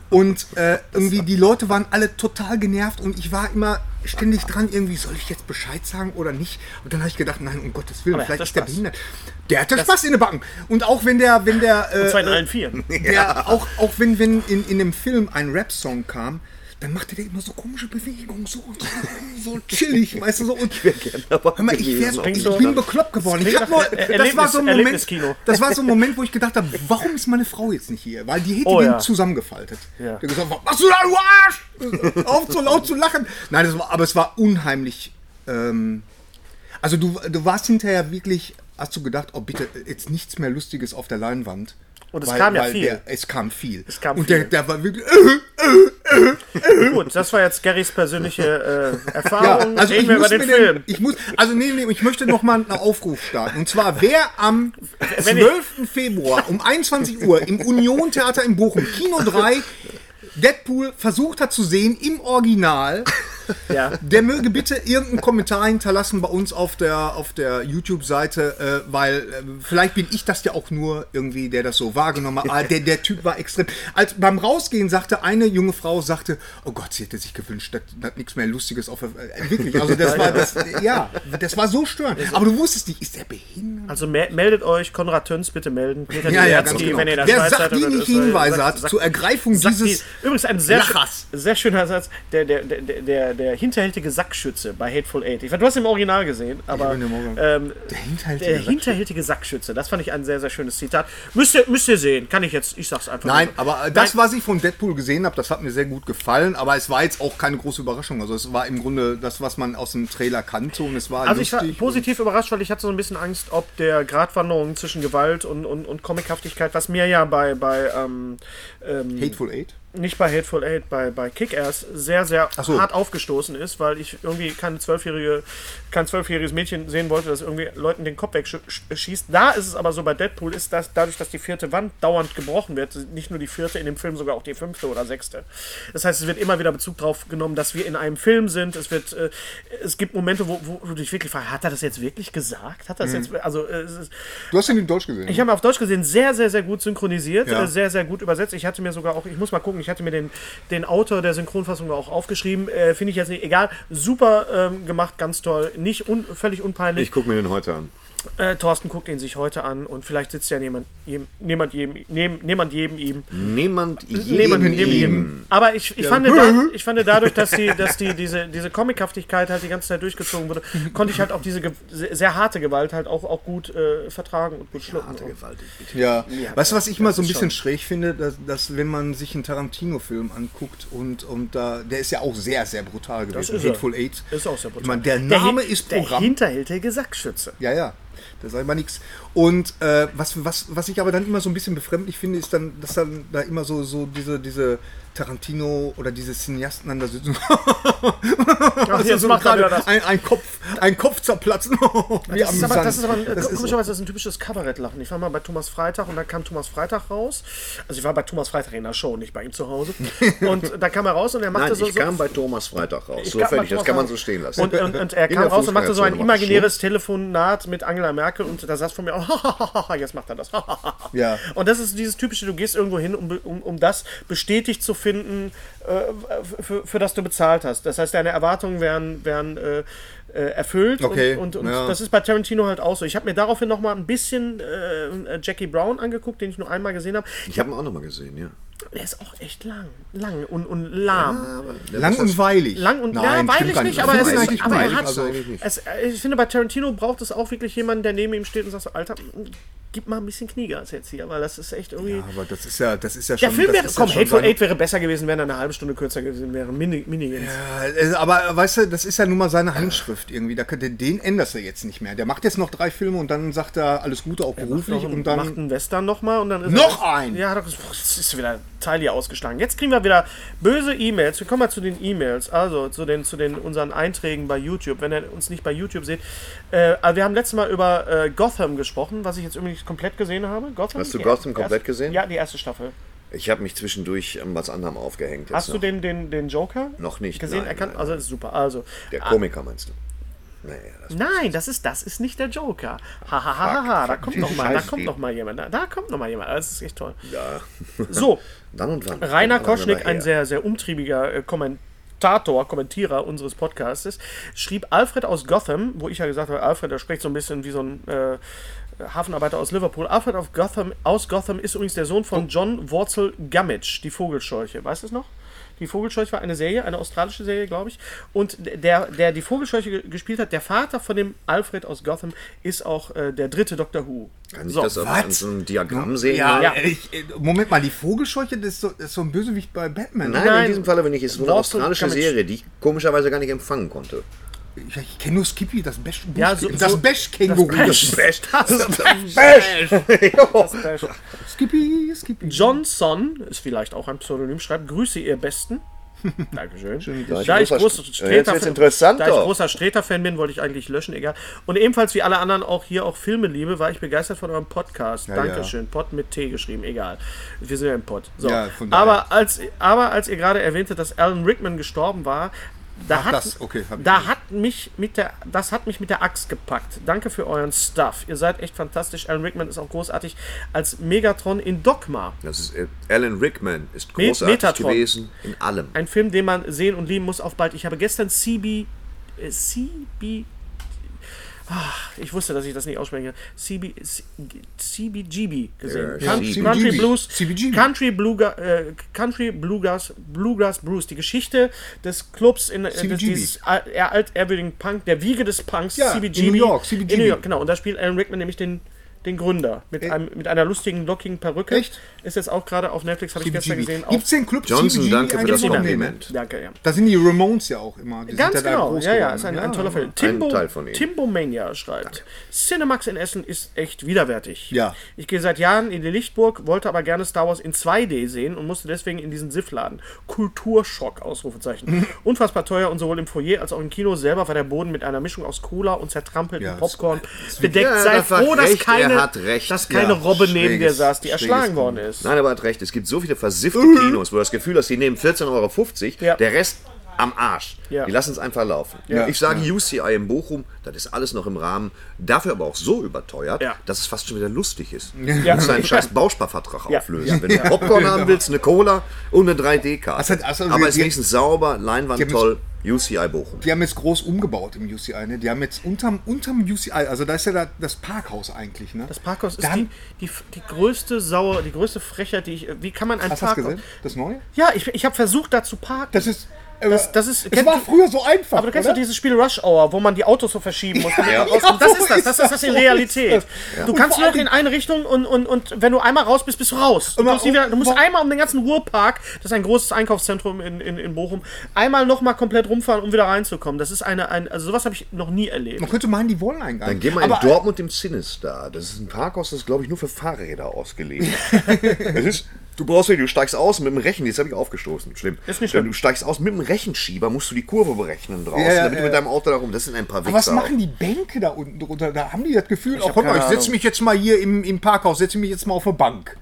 Und äh, irgendwie die Leute waren alle total genervt und ich war immer ständig dran, irgendwie, soll ich jetzt Bescheid sagen oder nicht? Und dann habe ich gedacht, nein, um Gottes Willen,
Aber er
vielleicht
hatte
ist der
Spaß.
behindert. Der hatte Spaß in den Backen. Und auch wenn der, wenn der. Äh,
Zwei in allen vier. [LAUGHS]
der, auch, auch wenn, wenn in, in dem Film ein Rap-Song kam, dann machte der immer so komische Bewegungen, so, so chillig, weißt du, so. Und, ich wäre gerne
dabei
hör mal, ich, wär,
gewesen.
ich
Klingt
bin
so-
bekloppt geworden. Ich
klingt
hab
nach
nur,
Er-
das, war so ein
Erlebnis-
Moment,
Erlebniskino.
das war so ein Moment, wo ich gedacht
[LAUGHS]
habe, warum ist meine Frau jetzt nicht hier? Weil die hätte
Oh,
den
ja.
zusammengefaltet.
Ja.
Der gesagt, was machst du da, du Arsch? [LAUGHS] Auf so laut zu lachen. Nein, das war, aber es war unheimlich. Ähm, also du, du warst hinterher wirklich, hast du gedacht, oh bitte, jetzt nichts mehr Lustiges auf der Leinwand.
Und es kam ja viel.
Der, es kam viel.
Es kam
und Der,
viel.
der war wirklich. [LAUGHS]
Gut, das war jetzt Garys persönliche
[LAUGHS]
äh,
ja,
Erfahrung.
also ich
Reden wir über
muss, mir
den
den
Film.
ich muss, also nee, nee, ich möchte noch mal einen Aufruf starten. Und zwar, wer am
Wenn ich-
12. Februar um 21 Uhr im Union Theater in Bochum, Kino 3, Deadpool versucht hat zu sehen im Original,
Ja.
der möge bitte irgendeinen Kommentar hinterlassen bei uns auf der, auf der YouTube-Seite, äh, weil äh, vielleicht bin ich das ja auch nur irgendwie, der das so wahrgenommen hat. Ah, der, der Typ war extrem. Als beim Rausgehen sagte eine junge Frau, sagte, oh Gott, sie hätte sich gewünscht, dass, dass nichts mehr Lustiges auf der, äh, wirklich, also das war, das, ja, das war so störend. Aber du wusstest nicht, ist der behindert?
Also me- meldet euch, Konrad Töns bitte melden. Peter
Ja, ja,
Diazki,
ganz genau.
wenn ihr das
Wer
Schweiz seid oder
sachdienliche
Österreich,
Hinweise
sagt-
hat
sagt-
zur Ergreifung
Sack-
dieses
die- übrigens ein sehr,
Lachers.
schö- sehr schöner Satz, der, der, der, der, der hinterhältige Sackschütze bei Hateful Eight. Ich, weiß, du hast ihn im Original gesehen, aber
ihn im Original.
ähm,
Der hinterhältige
der
Sackschütze.
hinterhältige Sackschütze, das fand ich ein sehr, sehr schönes Zitat. Müsst ihr, müsst ihr sehen, kann ich jetzt, ich sag's einfach
Nein,
nur so.
aber äh, das, was ich von Deadpool gesehen habe, das hat mir sehr gut gefallen, aber es war jetzt auch keine große Überraschung. Also es war im Grunde das, was man aus dem Trailer kannte und es war
Also ich
lustig.
war positiv überrascht, weil ich hatte so ein bisschen Angst, ob der Gratwanderung zwischen Gewalt und, und, und Comichaftigkeit, was mir ja bei, bei ähm,
und Hateful Eight.
nicht bei Hateful Eight, bei, bei Kick-Ass sehr, sehr
so.
hart aufgestoßen ist, weil ich irgendwie keine zwölfjährige, kein zwölfjähriges Mädchen sehen wollte, das irgendwie Leuten den Kopf wegschießt. Da ist es aber so bei Deadpool, ist das dadurch, dass die vierte Wand dauernd gebrochen wird, nicht nur die vierte in dem Film, sogar auch die fünfte oder sechste. Das heißt, es wird immer wieder Bezug drauf genommen, dass wir in einem Film sind. Es wird, äh, es gibt Momente, wo, wo du dich wirklich fragst, hat er das jetzt wirklich gesagt? Hat das jetzt, also äh, es ist,
Du hast ihn in Deutsch gesehen.
ich habe ihn auf Deutsch gesehen, sehr, sehr, sehr gut synchronisiert,
Ja.
äh, sehr, sehr gut übersetzt. Ich hatte mir sogar auch, ich muss mal gucken, ich hatte mir den, den Autor der Synchronfassung auch aufgeschrieben. Äh, Finde ich jetzt nicht, egal. Super ähm, gemacht, ganz toll. Nicht un, völlig unpeinlich.
Ich gucke mir den heute an.
Äh, Thorsten guckt ihn sich heute an und vielleicht sitzt ja jemand, jem, jemand, jedem, neben, jemand jedem ihm.
Niemand,
Neben,
jeden
neben ihm. Aber ich, ich, fand, da, ich fand dadurch, dass, die, dass die, diese, diese Comichaftigkeit halt die ganze Zeit durchgezogen wurde, konnte ich halt auch diese ge- sehr, sehr harte Gewalt halt auch, auch gut äh, vertragen und gut schlucken.
Harte Gewalt. bitte.
Ja. weißt du, was ich immer so ein bisschen schräg finde, dass, dass wenn man sich einen Tarantino-Film anguckt und, und da, der ist ja auch sehr, sehr brutal gewesen.
ist er.
Hateful Eight.
Ist auch sehr brutal.
Ich meine, der Name
Hin-
ist
Der
Programm. [LAUGHS]
hinterhältige Sackschütze.
ja, ja. da sei mal nichts. Und äh, was, was, was ich aber dann immer so ein bisschen befremdlich finde, ist dann, dass dann da immer so, so diese, diese Tarantino oder diese Cineasten dann da sitzen. [LAUGHS]
jetzt macht er
Also gerade
wieder das.
Ein, ein Kopf, ein Kopf zerplatzen. [LAUGHS] Wie
Das ist, aber,
amüsant.
das ist aber ein,
Das ist
komischerweise das ist ein typisches Kabarettlachen. Ich war mal bei Thomas Freitag und dann kam Thomas Freitag raus. Also ich war bei Thomas Freitag in der Show, nicht bei ihm zu
[LAUGHS]
Hause. Und da kam er raus und er machte
Nein,
so,
ich
so
kam bei Thomas Freitag raus.
Ich
so
glaub,
fertig, das
Thomas
kann man
Frank-
so stehen lassen.
Und, und, und er
In
kam
der
raus und machte so ein
Fußgängerzone war das
imaginäres Telefonat mit Angela Merkel und da saß von mir, [LAUGHS] oh, jetzt macht er das. [LAUGHS]
Ja.
Und das ist dieses typische, du gehst irgendwo hin, um, be- um, um das bestätigt zu finden, äh, für, für das du bezahlt hast. Das heißt, deine Erwartungen werden, werden äh, äh, erfüllt
Okay,
und, und, und
ja.
das ist bei Tarantino halt auch so. Ich habe mir daraufhin nochmal ein bisschen äh, Jackie Brown angeguckt, den ich nur einmal gesehen habe.
Ich habe ihn auch nochmal gesehen, ja.
Der ist auch echt lang, lang und, und lahm.
lang und weilig.
Lang und
Nein,
ja, weil
stimmt
ich
gar
nicht,
Ich
aber,
finde
es,
ihn
ist-
eigentlich
aber er
weilig,
hat.
also-
eigentlich nicht.
es, äh, ich finde, bei Tarantino braucht es auch wirklich jemanden, der neben ihm steht und sagt: so, Alter, gib mal ein bisschen Kniegas jetzt hier, weil das ist echt irgendwie.
Ja, aber das ist ja, das ist ja schon.
der Film
das
wäre.
ist
Komm,
ja schon
Hateful
seine-
Eight wäre besser gewesen, wenn er eine halbe Stunde kürzer gewesen wäre. Mini, Mini
Ja, äh, Aber äh, weißt du, das ist ja nun mal seine Handschrift irgendwie. Da, könnte- den änderst du jetzt nicht mehr. Der macht jetzt noch drei Filme und dann sagt er alles Gute, auch beruflich. Und
macht
um dann.
einen Western nochmal und dann ist
Noch
er,
ein?
Ja, doch, es ist wieder ein Teil hier ausgeschlagen. Jetzt kriegen wir wieder böse E-Mails. Wir kommen mal zu den E-Mails, also zu den, zu den unseren Einträgen bei YouTube. Wenn ihr uns nicht bei YouTube seht, äh, aber wir haben letztes Mal über äh, Gotham gesprochen, was ich jetzt irgendwie nicht komplett gesehen habe. Gotham?
Hast du
Die
Gotham
erste-
komplett
erste,
gesehen?
Ja, die erste Staffel.
Ich habe mich zwischendurch an was anderem aufgehängt. Jetzt
Hast du
noch.
den, den, den Joker
Noch nicht,
gesehen?
nein,
erkannt?
nein.
Also das ist super. Also
Der
ah,
Komiker meinst du? Naja, das
Nein, das ist, das ist nicht der Joker. Ha, ha, ha, ha, ha. Da
Fuck,
kommt
fuck, [LAUGHS]
noch mal, da
scheiß
kommt
die.
noch mal jemand. Da, da kommt noch mal jemand. Das ist echt toll.
ja. [LAUGHS]
So,
Dann und wann.
Rainer
Kommt einer
Koschnick, ein
daher.
sehr, sehr umtriebiger äh, Kommentator, Kommentierer unseres Podcastes, schrieb Alfred aus Gotham, wo ich ja gesagt habe, Alfred, der spricht so ein bisschen wie so ein äh, Hafenarbeiter aus Liverpool. Alfred auf Gotham, aus Gotham ist übrigens der Sohn
Oh.
von John Wurzel Gummidge, die Vogelscheuche. Weißt du es noch? Die Vogelscheuche war eine Serie, eine australische Serie, glaube ich. Und der, der die Vogelscheuche ge- gespielt hat, der Vater von dem Alfred aus Gotham, ist auch äh, der dritte Dr. Who.
Kann ich
So.
das auf
was?
an so einem Diagramm sehen?
Ja,
Ja.
Ich, äh, Moment mal, die Vogelscheuche, das ist so, das ist so ein Bösewicht bei Batman. ne?
Nein,
Nein.
in diesem Falle bin ich. Es ist so eine
Wurzel
australische
kann man-
Serie, die ich komischerweise gar nicht empfangen konnte.
Ich, ich kenne nur Skippy, das Bash.
Ja, so- so-
das Bash-Känguru.
[LAUGHS] das
Bash. Das
[LAUGHS] Bash.
Skippy, Skippy.
Johnson, ist vielleicht auch ein Pseudonym, schreibt, Grüße
[LAUGHS]
ihr Besten. Dankeschön.
dass
Da
ich
ich großer
großer St- Jetzt wird's interessant
da ich
doch.
großer Streter-Fan bin, wollte ich eigentlich löschen, egal. Und ebenfalls wie alle anderen auch hier auch Filme liebe, war ich begeistert von eurem Podcast. Dankeschön. Pod mit T geschrieben, egal. Wir sind ja im Pod. So.
Ja, von daher.
aber, als, aber als ihr gerade erwähntet, dass Alan Rickman gestorben war, da hat,
das, okay, hab ich
da hat mich mit der, das hat mich mit der Axt gepackt. Danke für euren Stuff. Ihr seid echt fantastisch. Alan Rickman ist auch großartig als Megatron in Dogma.
Das ist äh, Alan Rickman ist
Me-
großartig
Metatron.
gewesen in allem.
Ein Film, den man sehen und lieben muss, auf bald. Ich habe gestern CB. Äh, CB. Ach, ich wusste, dass ich das nicht aussprechen kann. CB, C- CBGB gesehen.
Ja,
Country,
CBGB.
Country Blues.
CBGB.
Country, Bluega, äh, Country Bluegrass, Bluegrass Blues. Die Geschichte des Clubs in äh, des,
CBGB.
dieses al- eher altehrwürdigen Punk, der Wiege des Punks,
Ja, in
CBGB.
New York, CBGB.
In New York, genau. Und da spielt Alan Rickman nämlich den. Den Gründer mit, einem, mit einer lustigen, lockigen Perücke.
Äh. Echt?
Ist jetzt auch gerade auf Netflix, habe ich gestern gesehen. auf-
Gibt es den Club
Johnson,
CBGB
danke für
eigentlich
das
noch? Nee,
Kompliment.
ne?
Danke, ja.
Da sind die Ramones ja auch immer. Die
Ganz
sind ja da
genau,
groß
ja, ja,
geworden. ne?
ist ein, ein toller Film. Timbo,
Teil von ihm.
Timbo Mania schreibt, Cinemax in Essen ist echt widerwärtig.
Ja.
Ich gehe seit Jahren in die Lichtburg, wollte aber gerne Star Wars in 2D sehen und musste deswegen in diesen Siffladen. Kulturschock, Ausrufezeichen. Unfassbar teuer und sowohl im Foyer als auch im Kino selber war der Boden mit einer Mischung aus Cola und zertrampeltem
Ja,
Popcorn bedeckt.
Ja,
Sei
das hat
froh, dass
recht, er
keine,
hat recht.
dass keine
Ja,
Robbe neben dir
schräges-
saß, die erschlagen
schräges
worden ist.
Nein, aber er hat recht. Es gibt so viele versiffte Kinos, wo das Gefühl hast, die nehmen 14,50 Euro,
Mhm. Ja.
der Rest am Arsch.
Ja.
Die lassen es einfach laufen.
Ja.
Ich sage UCI in Bochum, das ist alles noch im Rahmen, dafür aber auch so überteuert,
Ja.
dass es fast schon wieder lustig ist.
Ja.
Du musst deinen scheiß Bausparvertrag
Ja. Genau.
auflösen. Wenn du Popcorn haben willst, eine Cola und eine 3D-Karte.
hat- also
aber
wir-
es ist
wir-
wenigstens sauber, Leinwand
Wir müssen-
toll, UCI Bochum.
Die haben jetzt groß umgebaut im UCI, ne? Die haben jetzt unterm, unterm UCI, also da ist ja da, das Parkhaus eigentlich, ne?
Das Parkhaus ist die,
Dann-
die, die größte Sauer, die größte Frechheit, die ich. Wie kann man ein
Hast du das
Parkhaus.
gesehen? Das neue?
Ja, ich, ich habe versucht, da zu parken.
Das ist. äh,
Das, das ist,
Es
kennt-
war früher so einfach.
aber du kennst
oder?
doch dieses Spiel Rush Hour, wo man die Autos so verschieben muss. damit
Ja.
man
[LAUGHS]
rauskommt. Das
So
ist das, das
ist
ist das in
das, so
Realität.
ist
Du
Und
kannst
vor
nur noch
allem-
in eine Richtung und, und, und wenn du einmal raus bist, bist du raus. Du,
Aber-
musst, nie wieder, du musst
wa-
einmal um den ganzen Ruhrpark, das ist ein großes Einkaufszentrum in, in, in Bochum, einmal nochmal komplett rumfahren, um wieder reinzukommen. Das ist eine, ein, also sowas habe ich noch nie erlebt.
Man könnte meinen, die wollen einen gar
Dann
nicht.
geh mal in
Aber- äh,
Dortmund im Zinnestar. Das ist ein Parkhaus, das ist, glaube ich, nur für
[LAUGHS]
Fahrräder ausgelegt. es ist, du brauchst nicht, du steigst aus mit dem Rechen, jetzt habe ich aufgestoßen. Schlimm.
Ist nicht schlimm.
Du steigst aus mit dem Rechenschieber, musst du die Kurve berechnen draußen,
Ja, ja,
damit du
ja.
mit deinem Auto da rum. Das sind ein paar Wichser.
Aber was machen die Bänke da unten drunter? Da haben die das Gefühl, oh,
hab
komm mal,
keine
ich setze
Ahnung.
mich jetzt mal hier im, im Parkhaus, setze mich jetzt mal auf eine Bank.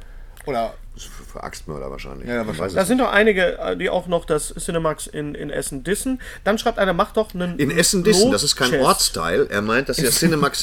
Oder
Für, für Axtmörder wahrscheinlich.
Ja, ja,
Ich weiß
wahrscheinlich.
Da
es
sind doch einige, äh, die auch noch das Cinemax in, in Essen dissen. Dann schreibt einer, mach doch einen.
nicht. in Essen-Dissen, das ist kein
Lot-Chest.
Ortsteil. Er meint, dass der Cinemax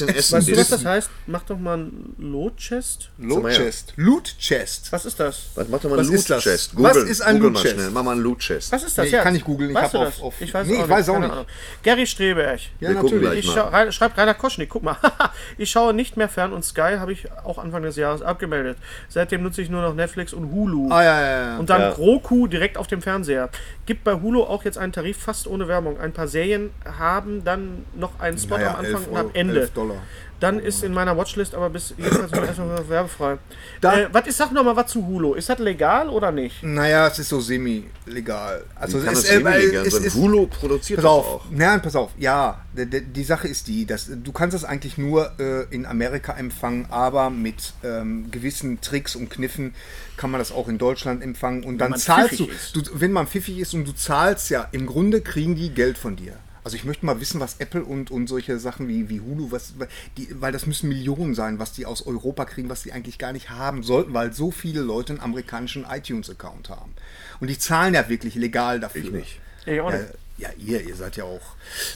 [LAUGHS]
in
Weißt du, was das
Essen-Dissen.
heißt? Mach doch mal einen Lot-Chest.
Loot
mal her.
Chest. Loot Chest.
Was ist das?
Was macht doch mal ein
Was ist das?
Loot-Chest?
Was
Google-
ist ein
Google mal
Loot-Chest?
schnell. Mach mal einen Loot-Chest.
Was ist das?
Nee, kann ich googeln, ich
Weißt
hab
du
auf-
das?
auf-
Ich weiß
Nee,
auch
ich
nicht.
weiß auch
keine
nicht.
Ahnung. Gary Streberg.
Ja,
Wir gucken
natürlich.
gleich
Ich
mal.
schau, Rainer- schreibt Rainer Koschnick, guck mal. [LAUGHS] ich schaue nicht mehr fern und Sky habe ich auch Anfang des Jahres abgemeldet. Seitdem nutze ich nur noch Netflix und Hulu.
Ah, ja, ja, ja.
Und dann
Ja.
Roku direkt auf dem Fernseher. Gibt bei Hulu auch jetzt einen Tarif fast ohne Werbung. Ein paar Serien haben dann noch einen Spot
Naja,
am Anfang
11
und am
Euro,
Ende.
11 Dollar.
Dann ist in meiner Watchlist aber bis jedenfalls nur erstmal werbefrei.
Da- Hm.
äh, was ist, sag noch mal was zu Hulu. Ist das legal oder nicht?
Naja, es ist so semi-legal. Also
Wie kann
es,
das
äh, weil
Hemiliger
es
sein?
ist
Hulu produziert
Pass
das
auf,
auch.
nein, pass auf, ja, d- d- die Sache ist die, dass du kannst das eigentlich nur äh, in Amerika empfangen, aber mit ähm, gewissen Tricks und Kniffen kann man das auch in Deutschland empfangen und dann
man
zahlst du,
pfiffig ist.
du, wenn man pfiffig ist und du zahlst ja, im Grunde kriegen die Geld von dir. Also ich möchte mal wissen, was Apple und, und solche Sachen wie, wie Hulu, was, die, weil das müssen Millionen sein, was die aus Europa kriegen, was die eigentlich gar nicht haben sollten, weil so viele Leute einen amerikanischen iTunes-Account haben. Und die zahlen ja wirklich legal dafür. Ich nicht.
Ich auch
Ja,
nicht.
ja, ihr, ihr seid ja auch.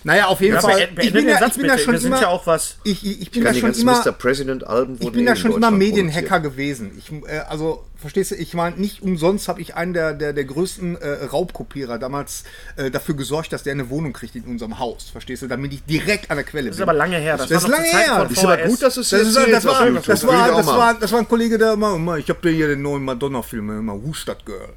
Naja, auf jeden
Ja,
Fall.
beend- beendet den Satz bitte. Wir sind ja auch was.
Ich, ich, ich bin da
Ich kann die
schon
ganzen
immer.
Mr. President-Alben
Ich
wurden
bin
eh
da
in
schon immer
Deutschland
Medienhacker gewesen. Ich, äh, also, verstehst du, ich meine, nicht umsonst habe ich einen der, der, der größten äh, Raubkopierer damals äh, dafür gesorgt, dass der eine Wohnung kriegt in unserem Haus. Verstehst du, damit ich direkt an der Quelle
Das ist
bin.
aber lange her. Das,
Das ist
war noch
lange
zu Zeiten
her.
von
Ist aber
VHS.
gut, dass es
Das, ist,
erzählst
das,
auf
war,
YouTube.
das,
Will ich
war,
auch
das,
mal.
war, das war ein Kollege, der immer, immer ich hab dir hier den neuen Madonna-Film, immer Hustadt
[LAUGHS]
Girl.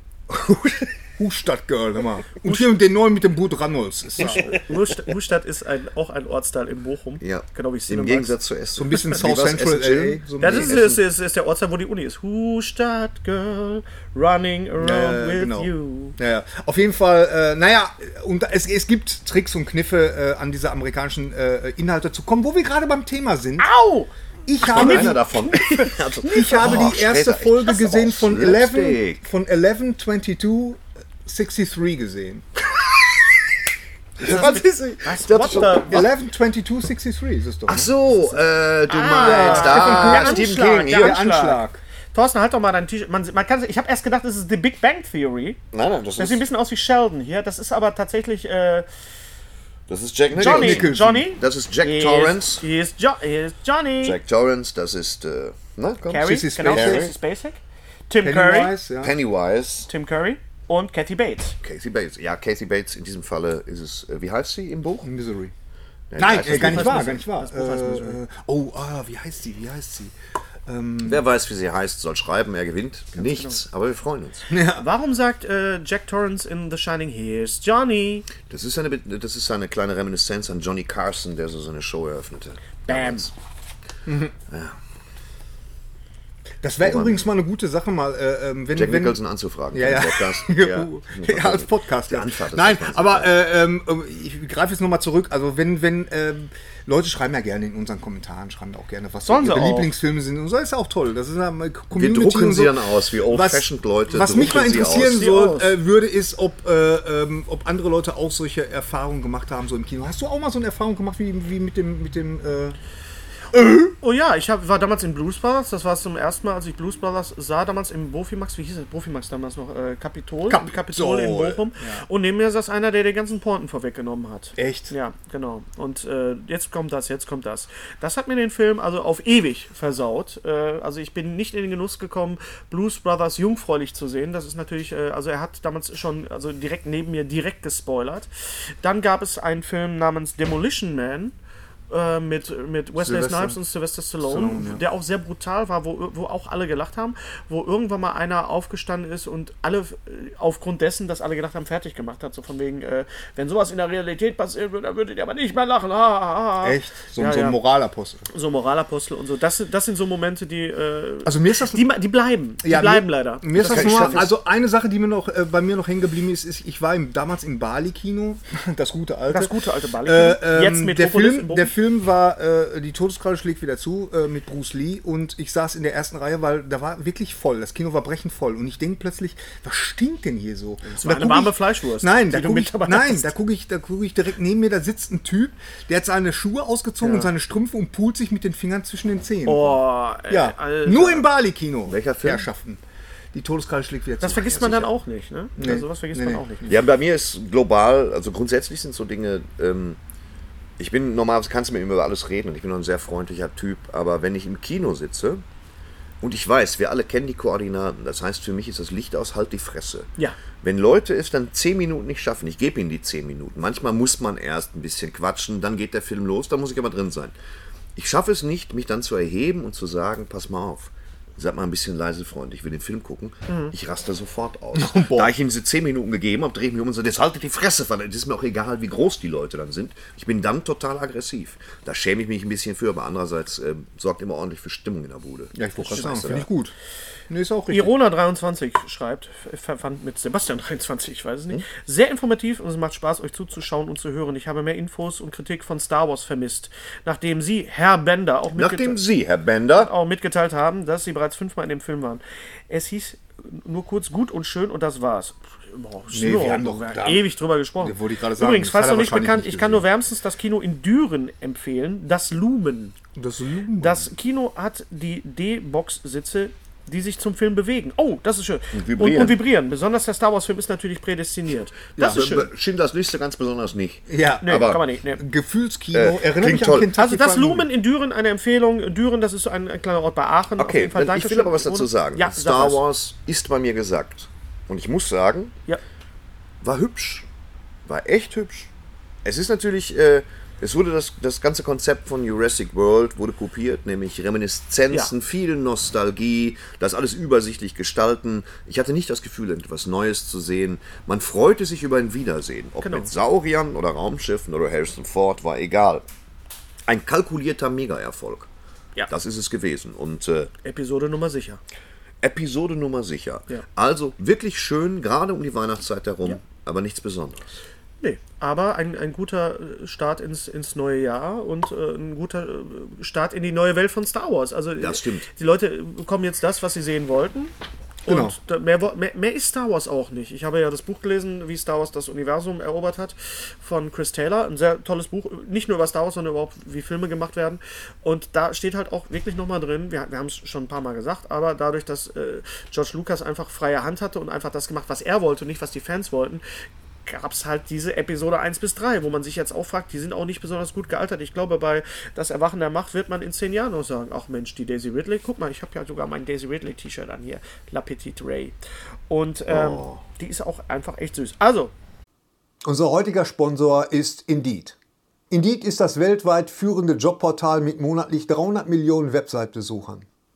Hustadt Girl, immer. Und hier den neuen mit dem Boot Reynolds. Ist da auch.
Hust- Hustadt ist ein, auch ein Ortsteil in Bochum.
Ja,
Genau wie Cinemax.
im Gegensatz zu Essen.
So ein bisschen
Wie
South
war's,
Central
Essen, Jill?
LA. So ein
Ja, das
bisschen.
ist, ist, ist, ist der Ortsteil, wo die Uni ist. Hustadt Girl, running around
Ja,
with
genau.
you.
Ja, ja. Auf jeden Fall, äh, naja, und es, es gibt Tricks und Kniffe, äh, an diese amerikanischen äh, Inhalte zu kommen, wo wir gerade beim Thema sind.
Au!
Ich
War
habe, [LAUGHS]
einer davon. Also,
ich habe
oh,
die erste
Sträter, ich
Folge
hasse
gesehen
auch
von
Slapstick.
11, von 11, 22, 63 gesehen.
[LAUGHS]
Was ist
Was?
Das
What
ist
the?
so-
11, 22, 63 ist es doch. ne?
Ach so, äh, du
der
meinst da Stephen
Anschlag,
King.
der
ja.
Der Anschlag.
Thorsten, halt doch mal dein T-Shirt. Man, man kann, ich habe erst gedacht, das ist The Big Bang Theory.
Nein, nein, das
Das sieht ein
ist,
bisschen aus wie Sheldon hier. Das ist aber tatsächlich äh,
das ist Jack Nicholson.
Johnny.
Nicholson.
Johnny.
Das ist Jack
Hier ist-
Torrance.
Hier ist, jo hier ist Johnny.
Jack Torrance, das ist, äh, na komm,
Carrie.
Sissy
Genau,
Spacek.
Sissy Spacek. Tim Curry.
Pennywise, ja.
Pennywise,
Tim Curry. Und Kathy Bates.
Casey Bates. Ja, Casey Bates in diesem Falle ist es, äh, wie heißt sie im Buch?
Misery.
Ja,
Nein,
heißt
äh,
das
gar nicht
Buch heißt
wahr,
Misery.
gar nicht wahr.
Buch heißt
Äh,
Misery.
oh, ah, wie heißt sie? Wie heißt sie?
Wer weiß, wie sie heißt, soll schreiben, er gewinnt
genau.
nichts, aber wir freuen
[LAUGHS]
uns.
Warum sagt äh, Jack Torrance in The Shining, here's Johnny?
Das ist, eine, Be- das ist eine kleine Reminiszenz an Johnny Carson, der so seine Show eröffnete.
Bam.
Das wäre übrigens mal eine gute Sache, mal, äh, ähm, wenn,
Jack
wenn
Nicholson anzufragen.
ja, ja. [LAUGHS]
für [LAUGHS] den
ja.
Podcast.
ja, als Podcast.
Die
Ja.
Anfahrt ist
Nein,
das Ganze.
aber äh, ähm, ich greife jetzt nochmal zurück. Also wenn, wenn ähm, Leute schreiben ja gerne in unseren Kommentaren, schreiben da auch gerne, was so
Sollen
ihre
sie auch.
Lieblingsfilme sind und so ist ja auch toll. Das ist ja mal
Wir
Community
drucken
und so.
sie dann aus, wie Old-Fashioned-Leute.
Was mich mal
drucken sie
interessieren
aus.
Sie
soll,
aus.
äh, würde, ist, ob, äh, ähm, ob andere Leute auch solche Erfahrungen gemacht haben, so im Kino. Hast du auch mal so eine Erfahrung gemacht wie, wie mit dem, mit dem äh,
Oh ja, ich hab, war damals in Blues Brothers. Das war zum ersten Mal, als ich Blues Brothers sah. Damals im Bofimax, wie hieß das? Bofimax damals noch? Äh, Kapitol.
Kapitol.
Kapitol in Bochum. Und neben mir saß einer, der die ganzen Pointen vorweggenommen hat.
Echt?
Ja, genau. Und äh, jetzt kommt das, jetzt kommt das. Das hat mir den Film also auf ewig versaut. Äh, also ich bin nicht in den Genuss gekommen, Blues Brothers jungfräulich zu sehen. Das ist natürlich, äh, also er hat damals schon, also direkt neben mir direkt gespoilert. Dann gab es einen Film namens Demolition Man. Äh, äh, mit, mit Wesley
Sylvester.
Snipes und Sylvester Stallone,
Stallone, ja.
der auch sehr brutal war, wo, wo auch alle gelacht haben, wo irgendwann mal einer aufgestanden ist und alle äh, aufgrund dessen, dass alle gelacht haben, fertig gemacht hat. So von wegen, äh, wenn sowas in der Realität passieren würde, dann würdet ihr aber nicht mehr lachen. Ha, ha, ha.
Echt? So,
ja,
so ein
ja.
Moralapostel.
So Moralapostel und so. Das, sind- das sind so Momente, die, äh,
Also mir ist das
die, ma- die bleiben. Die bleiben
mir,
leider.
Mir ist das,
kann ich
nur,
schaffen.
also eine Sache, die mir noch äh, bei mir noch hängen geblieben ist, ist, ich war im, damals im Bali-Kino, [LAUGHS] das gute alte.
Das gute alte Bali-Kino.
Äh, ähm,
Jetzt mit
der
Oculus
Film,
im Bogen.
der Film war äh, Die Todeskralle schlägt wieder zu äh, mit Bruce Lee und ich saß in der ersten Reihe, weil da war wirklich voll. Das Kino war brechend voll und ich denke plötzlich, was stinkt denn hier so? Das
war eine warme Fleischwurst,
Nein,
die
da
du
gucke
mit
ich,
dabei
nein,
hattest.
da guck ich, da guck ich direkt neben mir, da sitzt ein Typ, der hat seine Schuhe ausgezogen und seine Strümpfe und pult sich mit den Fingern zwischen den Zähnen.
Oh, Boah, ey,
Ja,
Alter.
nur im Bali-Kino.
Welcher Film?
Herrschaften. Die Todeskralle schlägt wieder zu.
Das vergisst man dann auch nicht, ne?
Nee.
Also sowas vergisst
Nee,
man
nee.
auch nicht.
Ja, bei mir ist global, also grundsätzlich sind so Dinge, ähm, ich bin normalerweise kannst du mit mir über alles reden und ich bin noch ein sehr freundlicher Typ, aber wenn ich im Kino sitze und ich weiß, wir alle kennen die Koordinaten, das heißt für mich ist das Licht aus, halt die Fresse.
Ja.
Wenn Leute es dann zehn Minuten nicht schaffen, ich gebe ihnen die zehn Minuten, manchmal muss man erst ein bisschen quatschen, dann geht der Film los, da muss ich aber drin sein. Ich schaffe es nicht, mich dann zu erheben und zu sagen, pass mal auf. Seid mal ein bisschen leise, Freund. Ich will den Film gucken. Ich raste sofort aus. da ich ihm diese 10 Minuten gegeben habe, drehe ich mich um und sage, jetzt haltet die Fresse, weil es ist mir auch egal, wie groß die Leute dann sind. Ich bin dann total aggressiv. Da schäme ich mich ein bisschen für, aber andererseits ähm, sorgt immer ordentlich für Stimmung in der Bude.
Ja, ich wollte gerade sagen,
Scheiße,
finde
ja.
ich gut. Nee, ist auch richtig.
Irona23 schreibt, ver- verwandt mit Sebastian23, ich weiß es
Hm?
nicht. Sehr informativ und es macht Spaß, euch zuzuschauen und zu hören. Ich habe mehr Infos und Kritik von Star Wars vermisst. Nachdem Sie, Herr Bender, auch, mitgete
Nachdem Sie, Herr Bender,
auch mitgeteilt haben, dass Sie bereits fünfmal in dem Film waren. Es hieß nur kurz gut und schön und das war's. Boah, ist
Nee,
nur-
wir haben doch- da-
ewig drüber gesprochen.
Wollte ich gerade sagen,
Übrigens,
das hat
falls
er
noch nicht
wahrscheinlich
bekannt,
nicht
ich kann nur wärmstens das Kino in Düren empfehlen, das Lumen.
Das Lumen.
Das Kino hat die D-Box-Sitze, die sich zum Film bewegen. Oh, das ist schön. Und
vibrieren.
Und, vibrieren. Besonders der Star Wars-Film ist natürlich prädestiniert. Das ist schön.
Schindlers Liste ganz besonders nicht.
ja,
Nee,
äh, aber-
kann man nicht. Nee.
Gefühlskino. Erinnert
Äh, klingt
mich
toll.
an Kentucky
Also das
Fried Movie.
Lumen in Düren, eine Empfehlung. Düren, das ist so ein, ein kleiner Ort bei Aachen. Auf
Okay,
jeden Fall.
dann, ich will
Dankeschön.
aber was dazu sagen.
Ja,
Star
sag was.
Wars ist bei mir gesagt. Und ich muss sagen,
Ja.
war hübsch. War echt hübsch. Es ist natürlich, äh, es wurde das, das ganze Konzept von Jurassic World wurde kopiert, nämlich Reminiszenzen, viel Nostalgie, das alles übersichtlich gestalten. Ich hatte nicht das Gefühl, etwas Neues zu sehen. Man freute sich über ein Wiedersehen, ob
Genau.
mit Sauriern oder Raumschiffen oder Harrison Ford, war egal. Ein kalkulierter Mega-Erfolg.
Ja.
Das ist es gewesen. Und äh,
Episode Nummer sicher.
Episode Nummer sicher.
Ja.
Also wirklich schön, gerade um die Weihnachtszeit herum, aber nichts Besonderes.
Nee, aber ein, ein guter äh, Start ins, ins neue Jahr und äh, ein guter äh, Start in die neue Welt von Star Wars. Also,
Das stimmt.
Die Leute bekommen jetzt das, was sie sehen wollten.
Genau.
Und da, mehr, wo- mehr, mehr ist Star Wars auch nicht. Ich habe ja das Buch gelesen, wie Star Wars das Universum erobert hat, von Chris Taylor. Ein sehr tolles Buch, nicht nur über Star Wars, sondern überhaupt, wie Filme gemacht werden. Und da steht halt auch wirklich nochmal drin, wir, wir haben es schon ein paar Mal gesagt, aber dadurch, dass äh, George Lucas einfach freie Hand hatte und einfach das gemacht, was er wollte und nicht, was die Fans wollten, gab es halt diese Episode 1 bis 3, wo man sich jetzt auch fragt, die sind auch nicht besonders gut gealtert. Ich glaube, bei Das Erwachen der Macht wird man in zehn Jahren noch sagen, ach Mensch, die Daisy Ridley, guck mal, ich habe ja sogar mein Daisy Ridley T-Shirt an hier, La Petite Ray. Und ähm,
Oh.
die ist auch einfach echt süß. Also,
Unser heutiger Sponsor ist Indeed. Indeed ist das weltweit führende Jobportal mit monatlich 300 Millionen Website-Besuchern.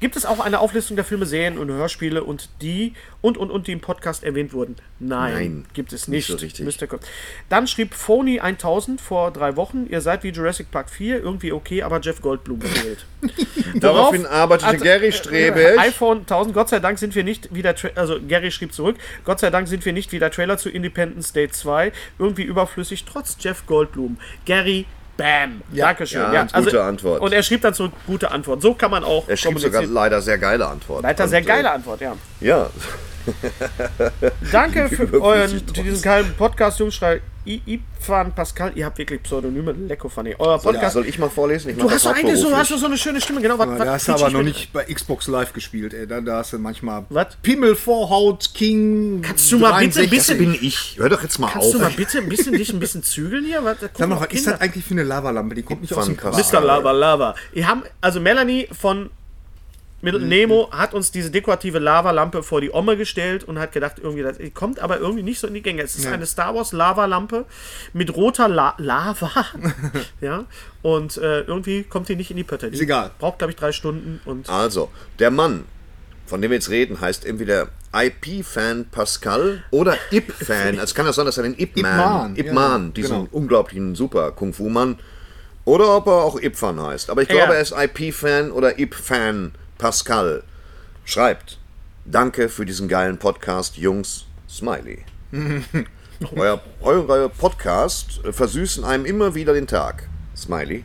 gibt es auch eine Auflistung der Filme, Serien und Hörspiele und die und und und die im Podcast erwähnt wurden? Nein,
Nein,
gibt es
nicht
nicht.
so richtig.
Müsst ihr gucken. Dann schrieb Phony 1000 vor drei Wochen, ihr seid wie Jurassic Park 4, irgendwie okay, aber Jeff Goldblum fehlt.
Daraufhin arbeitete
Also,
Gary Strebig.
iPhone 1000, Gott sei Dank sind wir nicht wieder, also Gary schrieb zurück, Gott sei Dank sind wir nicht wieder Trailer zu Independence Day 2, irgendwie überflüssig, trotz Jeff Goldblum. Gary, bam. Dankeschön.
ja,
Ja, also,
gute Antwort.
Und er schrieb dann zurück, gute Antwort. So kann man auch
er schrieb sogar leider sehr geile Antworten.
Leider sehr
Und, äh,
geile Antwort, ja.
Ja, [LAUGHS]
Danke für euren,
Überflüssig
diesen geilen Podcast, Jungschrei. I- Ivan Pascal, ihr habt wirklich Pseudonyme, lecko funny. Euer Podcast.
soll ich mal vorlesen? Ich mach
du
das
hast doch eigentlich so,
hauptberuflich.
hast du so eine schöne Stimme, genau. Was,
Ja,
was
da hast du
kriegst
aber noch
mit?
nicht bei Xbox Live gespielt, ey. Da, da hast du manchmal.
Was?
Pimmel, Vorhaut, King.
Kannst du mal bitte ein bisschen-
bin ich. Hör doch jetzt mal
Kannst
auf.
du mal bitte ein bisschen, dich ein bisschen zügeln hier? Was, guck
Sag mal,
mal,
was ist
Kinder.
das eigentlich für eine Lavalampe? Die kommt nicht aus dem
Fun-
Quark.
Mr. Lava Lava. Wir haben, also Melanie von Middle-
Mhm.
Nemo hat uns diese dekorative Lavalampe vor die Omme gestellt und hat gedacht, irgendwie, das die kommt aber irgendwie nicht so in die Gänge. Es ist eine Star Wars Lavalampe mit roter La Lava.
[LAUGHS]
ja. Und äh, irgendwie kommt die nicht in die Pötte. Die ist
egal.
Braucht, glaube ich, drei Stunden und.
Also, der Mann, von dem wir jetzt reden, heißt entweder IP-Fan Pascal oder Ip-Fan. Also kann das sein, dass er den Ip-Man,
Man,
Ip
ja,
Man,
ja,
diesen
genau.
unglaublichen Super-Kung-Fu-Mann, oder ob er auch Ip-Fan heißt. Aber ich glaube,
Ja.
er ist IP-Fan oder Ip-Fan Pascal. Schreibt, danke für diesen geilen Podcast, Jungs, Smiley. Euer, eure Podcast äh, versüßen einem immer wieder den Tag. Smiley.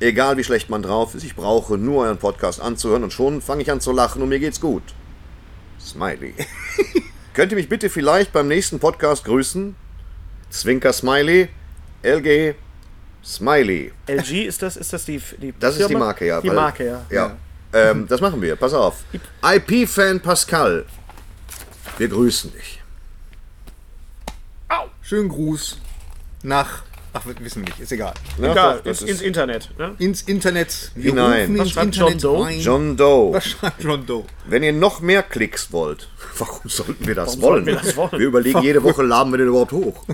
Egal wie schlecht man drauf ist, ich brauche nur euren Podcast anzuhören und schon fange ich an zu lachen und mir geht's gut. Smiley. Könnt ihr mich bitte vielleicht beim nächsten Podcast grüßen? Zwinker Smiley, LG Smiley.
LG ist das, ist das die. die
Das ist die
Firma?
Marke, ja.
Die
weil-
Marke, ja.
Ja. Ähm, das machen wir, pass auf. IP-Fan Pascal, wir grüßen dich.
Schönen Gruß nach. Ach, wir wissen wir nicht, ist egal.
Ja,
Ja,
das-
ins,
das
ins
ist
Internet. Ne?
Ins Internet. Wir
Hinein.
rufen
Was
ins
schreibt John
Internet
Doe?
rein.
John Doe.
Was schreibt John Doe?
Wenn ihr noch mehr Klicks wollt, [LAUGHS] warum sollten wir das,
Warum
wollen?
sollten wir das wollen?
Wir überlegen jede Woche, laden wir den überhaupt hoch.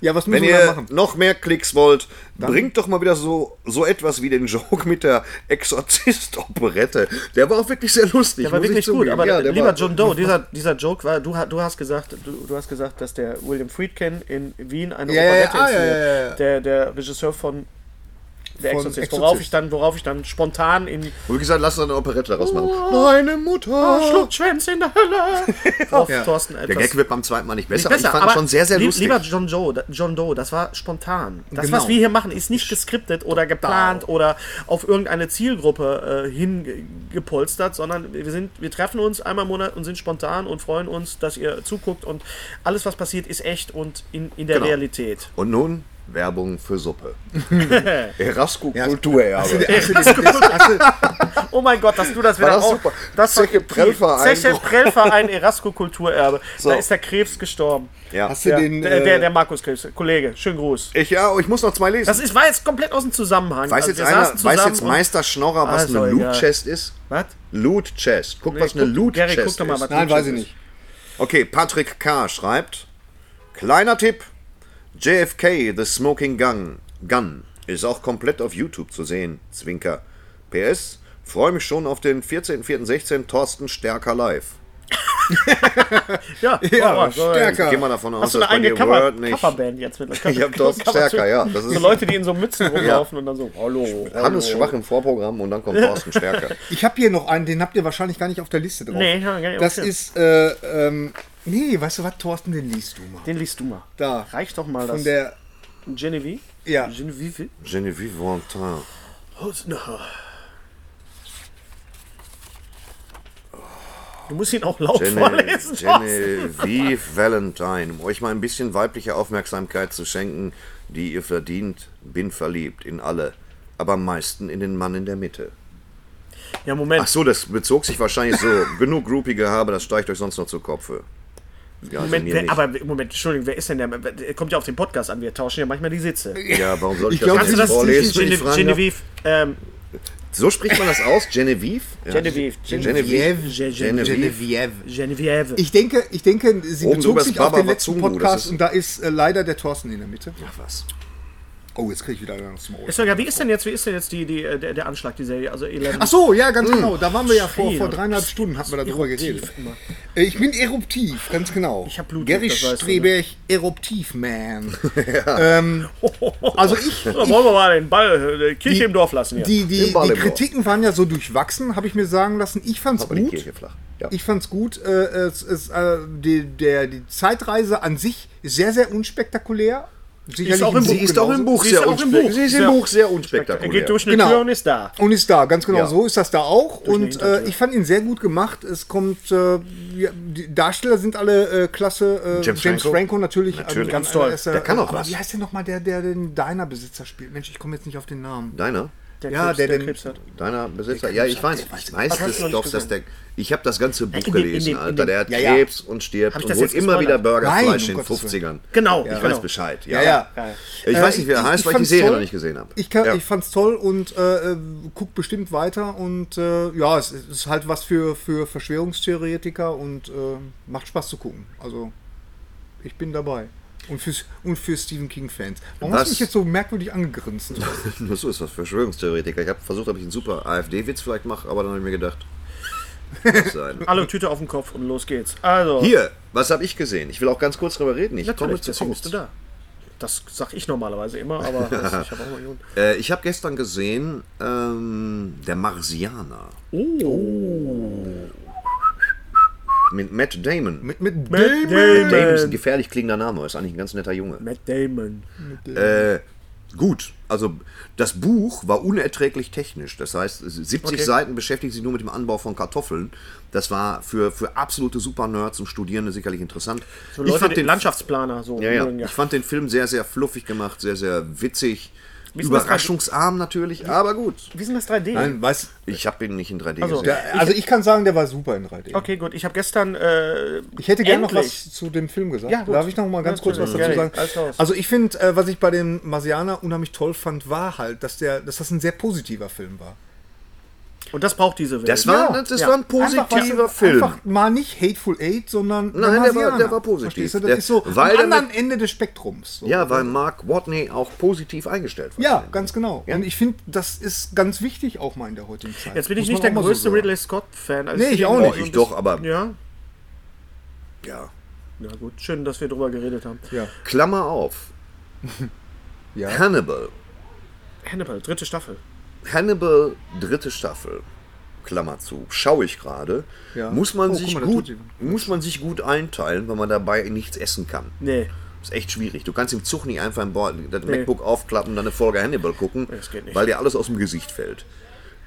Ja, was müssen
Wenn
wir da
ihr
machen?
noch mehr Klicks wollt, bringt doch mal wieder so, so etwas wie den Joke mit der Exorzist-Operette. Der war auch wirklich sehr lustig.
Der war
muss ich
wirklich gut,
zugeben.
aber
Ja, der
lieber
war-
[LAUGHS]
John Doe, dieser, dieser Joke war, du, ha- du hast gesagt, du, du hast gesagt, dass der William Friedkin in Wien eine
Ja, ja,
Operette
ja, ah,
inszeniert.
ja, ja, ja.
Der, der Regisseur von Der
Von
Exorzist,
Exorzist.
worauf ich dann, worauf ich dann spontan in
Wo wir gesagt, lass uns eine Operette daraus machen. Meine
Ah,
Mutter!
Schluckschwänze in der
[LAUGHS]
Hölle auf Thorsten
der
etwas
Gag wird beim zweiten Mal nicht besser.
besser,
ich fand
aber
schon sehr, sehr
lieb-
lustig.
Lieber John Doe, da- John Doe, das war spontan. Das,
Genau.
was wir hier machen, ist nicht geskriptet oder geplant oder auf irgendeine Zielgruppe äh, hingepolstert, sondern wir sind, wir treffen uns einmal im Monat und sind spontan und freuen uns, dass ihr zuguckt und alles, was passiert, ist echt und in, in der
Genau.
Realität.
Und nun Werbung
[LAUGHS]
für Suppe. Erasco Kulturerbe.
Hast du den- hast du-
Oh mein Gott, dass du das
War
wieder
das
auch.
super.
Das
Zeche Prellverein.
Zeche
[LAUGHS]
Prellverein Erasco-Kulturerbe.
So.
Da ist der Krebs gestorben.
Ja.
Hast du
Ja,
den.
der, der,
äh,
der Markus Krebs, Kollege, schönen Gruß.
Ich, ja, ich muss noch zwei lesen.
Das ist, war jetzt komplett aus dem Zusammenhang.
weiß,
Also
jetzt
wir
einer,
saßen
weiß
zusammen
jetzt
und-
Meister Schnorrer, was
Ah, ist doch
eine
egal.
Loot Chest ist?
Was?
Loot Chest. Guck, was eine
guck-
Loot
Gary,
Chest
guck doch mal,
ist.
was-
Nein, weiß ich nicht.
Okay, Patrick K. schreibt: Kleiner Tipp: JFK, The Smoking Gun, Gun ist auch komplett auf YouTube zu sehen. Zwinker. PS: Freue mich schon auf den 14.04.16 Thorsten Stärker live.
Ja,
Ja,
oh, oh,
stärker.
Ich gehe Also mal davon aus,
Hast du eine
dass bei
eigene
dir
Cover,
Word nicht.
Coverband jetzt mit?
[LAUGHS] Ich hab Thorsten Stärker, ja, das ist-
so Leute, die in so
[LAUGHS]
Mützen rumlaufen und dann so, hallo, hallo.
Hannes schwach im Vorprogramm und dann
[LAUGHS]
kommt Thorsten Stärker.
Ich habe hier noch einen, den habt ihr wahrscheinlich gar nicht auf der Liste drauf.
Nee, hab ich gar nicht auf
Das
der-
ist. Äh, ähm, nee, weißt du was, Thorsten, den liest du mal.
Den liest du mal.
Da.
Reicht doch mal
Von
das.
der.
Genevieve?
Ja.
Genevieve?
Genevieve ne Valentin.
Oh, s- na. Du musst ihn auch laut
Gene-
vorlesen. Thorsten.
Genevieve Valentine, um euch mal ein bisschen weibliche Aufmerksamkeit zu schenken, die ihr verdient, bin verliebt in alle, aber am meisten in den Mann in der Mitte.
Ja, Moment.
Ach so, das bezog sich wahrscheinlich
[LAUGHS]
so. Genug Groupie-Gehabe, das steigt euch sonst noch zu Kopfe. Ja, also
Moment,
mir
wer,
nicht.
aber Moment, Entschuldigung, wer ist denn der? der Kommt ja auf den Podcast an, wir tauschen ja manchmal die Sitze.
ja, warum soll ich,
Ich glaub,
das
Kannst du
jetzt
das
vorlesen? wenn ich
Gene-
fragen darf?
Genevieve, ähm,
So spricht man das aus? Genevieve? Ja.
Genevieve.
Genevieve.
Genevieve.
Genevieve.
ähm, Genevieve.
Ich denke, ich denke, sie
Oben drüber
bezog
ist
sich auf
Baba
den letzten
Wazungu, das
Podcast
ist-
und da ist äh, leider der Thorsten in der Mitte.
Ach was.
Oh, jetzt kriege ich wieder einen zum Ohr.
Ist doch egal, wie ist denn jetzt, wie ist denn jetzt die, die, äh, der, der Anschlag, die Serie? Also 11.
Ach so, ja, ganz genau. Da waren wir ja vor,
Schrie
vor
und
dreieinhalb Stunden, hatten wir darüber
eruptiv
geredet.
immer.
Äh, Ich bin eruptiv, ganz genau.
Ich hab Blut,
Gary
das weißt du, ne?
Streberg, Eruptiv-Man.
[LAUGHS] Also [LAUGHS] ich. wollen wir mal den Ball, äh, Kirche
Die-
im Dorf lassen hier.
Die, die,
Im Ball
die
im Ohr.
Kritiken waren ja so durchwachsen, habe ich mir sagen lassen. Ich fand's
Aber Oh, die
gut.
Kirche flach. Ja.
Ich fand's gut. Äh, es, es, äh, die, der, die Zeitreise an sich ist sehr, sehr unspektakulär. Sicherlich
auch
Buch
im
Sie ist auch
genauso.
im Buch
Sie
sehr
ist auch im
unspek-
Buch.
Sie ist
Sehr-
im Buch sehr
er
unspektakulär.
geht durch eine
Genau.
Tür und ist da.
Und ist da, ganz genau.
Ja.
So ist das da auch.
eine
Und äh,
Hintertür.
ich fand ihn sehr gut gemacht. Es kommt, äh, ja, die Darsteller sind alle äh, klasse. Äh, James,
James
Franco,
Franco?
natürlich. also
Natürlich.
ganz
Ganz
toll.
toll. Der kann auch was.
Wie heißt der nochmal, der, der den Diner-Besitzer spielt? Mensch, ich komme jetzt nicht auf den Namen.
Deiner?
Der
Ja, der den-
Krebs hat.
Deiner Besitzer? Ja, ich weiß. Ich weiß
hast
es
du noch
doch,
nicht
dass der. Ich habe das ganze Buch
in dem- in
gelesen,
dem- in
Alter.
dem-
Der hat
Ja, ja.
Krebs und stirbt
Hab ich
und
das
holt
jetzt
immer wieder
gespoilert?
Burgerfleisch
Nein, um
in
Gottes
50ern.
Genau,
Ich
genau.
weiß Bescheid. Ja,
Ja,
ja.
ja.
Ich
Äh,
weiß nicht, wer er heißt, weil ich die
fand's
Serie
toll.
noch nicht gesehen habe.
Ich, kann,
Ja.
ich fand's toll und äh, äh, guck bestimmt weiter und äh, ja, es ist halt was für, für Verschwörungstheoretiker und äh, macht Spaß zu gucken. Also ich bin dabei. Und, fürs, und für Stephen King-Fans. Warum hast
Was?
du mich jetzt so merkwürdig
[LAUGHS]
angegrinst?
Nur so ist [LAUGHS] das, Verschwörungstheoretiker. Ich habe versucht, ob ich einen super AfD-Witz vielleicht mache, aber dann habe ich mir gedacht, muss sein.
Alle Tüte auf dem Kopf und los geht's. Also,
Hier, was habe ich gesehen? Ich will auch ganz kurz drüber reden. Ich komme
natürlich,
zu
deswegen bist du
Kunst.
da. Das sag ich normalerweise immer,
[LAUGHS]
aber weiß, ich habe auch Millionen.
Äh, ich habe gestern gesehen, ähm, Der Marsianer. Oh. Mit Matt Damon.
mit, mit
Matt
Damon.
Damon.
Damon ist ein gefährlich klingender Name, ist eigentlich ein ganz netter Junge.
Matt Damon.
Äh, gut, also das Buch war unerträglich technisch. Das heißt, es- 70
Okay.
Seiten beschäftigt sich nur mit dem Anbau von Kartoffeln. Das war für, für absolute Super-Nerds und Studierende sicherlich interessant.
So Leute, den Landschaftsplaner so.
ja, ja.
mögen
Ich fand den Film sehr, sehr fluffig gemacht, sehr, sehr witzig.
ist das
Überraschungsarm natürlich, aber gut.
Wie sind das 3D?
Nein, weiß,
Ich habe ihn nicht in 3D
Also,
gesehen.
da, also ich kann sagen, der war super in 3D.
Okay, gut. Ich habe gestern. Äh,
Ich hätte gerne noch
endlich-
was zu dem Film gesagt.
Ja, gut.
Darf ich noch mal ganz kurz was dazu
Natürlich,
sagen?
gerne. Alles raus.
Also ich finde, äh, was ich bei dem Marsianer unheimlich toll fand, war halt, dass, der, dass das ein sehr positiver Film war.
Und das braucht diese Welt.
Das war,
Ja,
das
ja.
war ein
Einfach,
positiver
was-
Film.
Einfach mal nicht Hateful Eight, sondern
Nein, der war-
Marsianer.
der war positiv.
Verstehst du? Das
Der-
ist so
weil
am
der
anderen
mit-
Ende des Spektrums. So.
ja, weil Mark Watney auch positiv eingestellt war.
Ja, ganz genau. Und ich finde, das ist ganz wichtig auch mal in der heutigen Zeit.
Jetzt bin ich
Muss
nicht
man
der
auch mal so
größte
sagen.
Ridley Scott-Fan. Also
Nee, ich
bin
auch
so
nicht.
ein
Ich doch,
bisschen-
aber-
Ja,
ja.
na gut. Schön, dass wir drüber geredet haben.
Klammer auf.
[LAUGHS] Ja.
Hannibal.
Hannibal, dritte Staffel.
Hannibal, dritte Staffel. Klammer zu. Schaue ich gerade.
Ja.
Muss, man
Oh, guck
sich
mal, da tut
gut,
sie.
muss man sich gut einteilen, wenn man dabei nichts essen kann.
Nee.
Ist echt schwierig. Du kannst im Zug nicht einfach ein Board, das MacBook aufklappen und dann eine Folge Hannibal gucken,
Das geht nicht.
weil dir alles aus dem Gesicht fällt.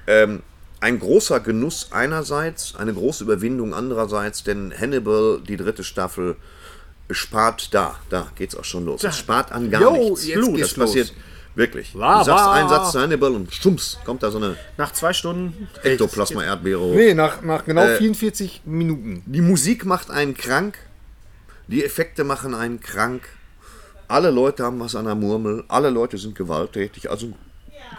Ähm, ein großer Genuss einerseits, eine große Überwindung andererseits, denn Hannibal, die dritte Staffel, spart da, da geht's auch schon los. Es spart an gar
Jo,
nichts.
jetzt
das
geht's
passiert wirklich.
Lava.
Du sagst einen Satz zu Hannibal und schumps, kommt da so eine
Nach zwei Stunden.
Ektoplasma-Erdbeere hoch.
Nee, nach, nach genau 44 Minuten.
Die Musik macht einen krank. Die Effekte machen einen krank. Alle Leute haben was an der Murmel. Alle Leute sind gewalttätig. Also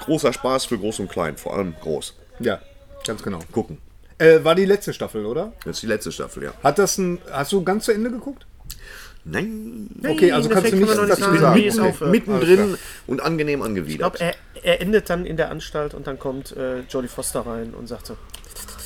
großer Spaß für Groß und Klein. Vor allem groß.
Ja, ganz genau.
Gucken.
Äh, war die letzte Staffel, oder?
Das ist die letzte Staffel, ja.
Hat das ein, hast du ganz zu Ende geguckt?
Nein.
Okay, also
deswegen
kannst du
können wir
nichts
noch
dazu
nicht sagen,
sagen.
wie es
Okay.
aufhört.
Mittendrin und angenehm
Ich glaube,
angewidert.
er, er endet dann in der Anstalt und dann kommt äh, Jodie Foster rein und sagt so: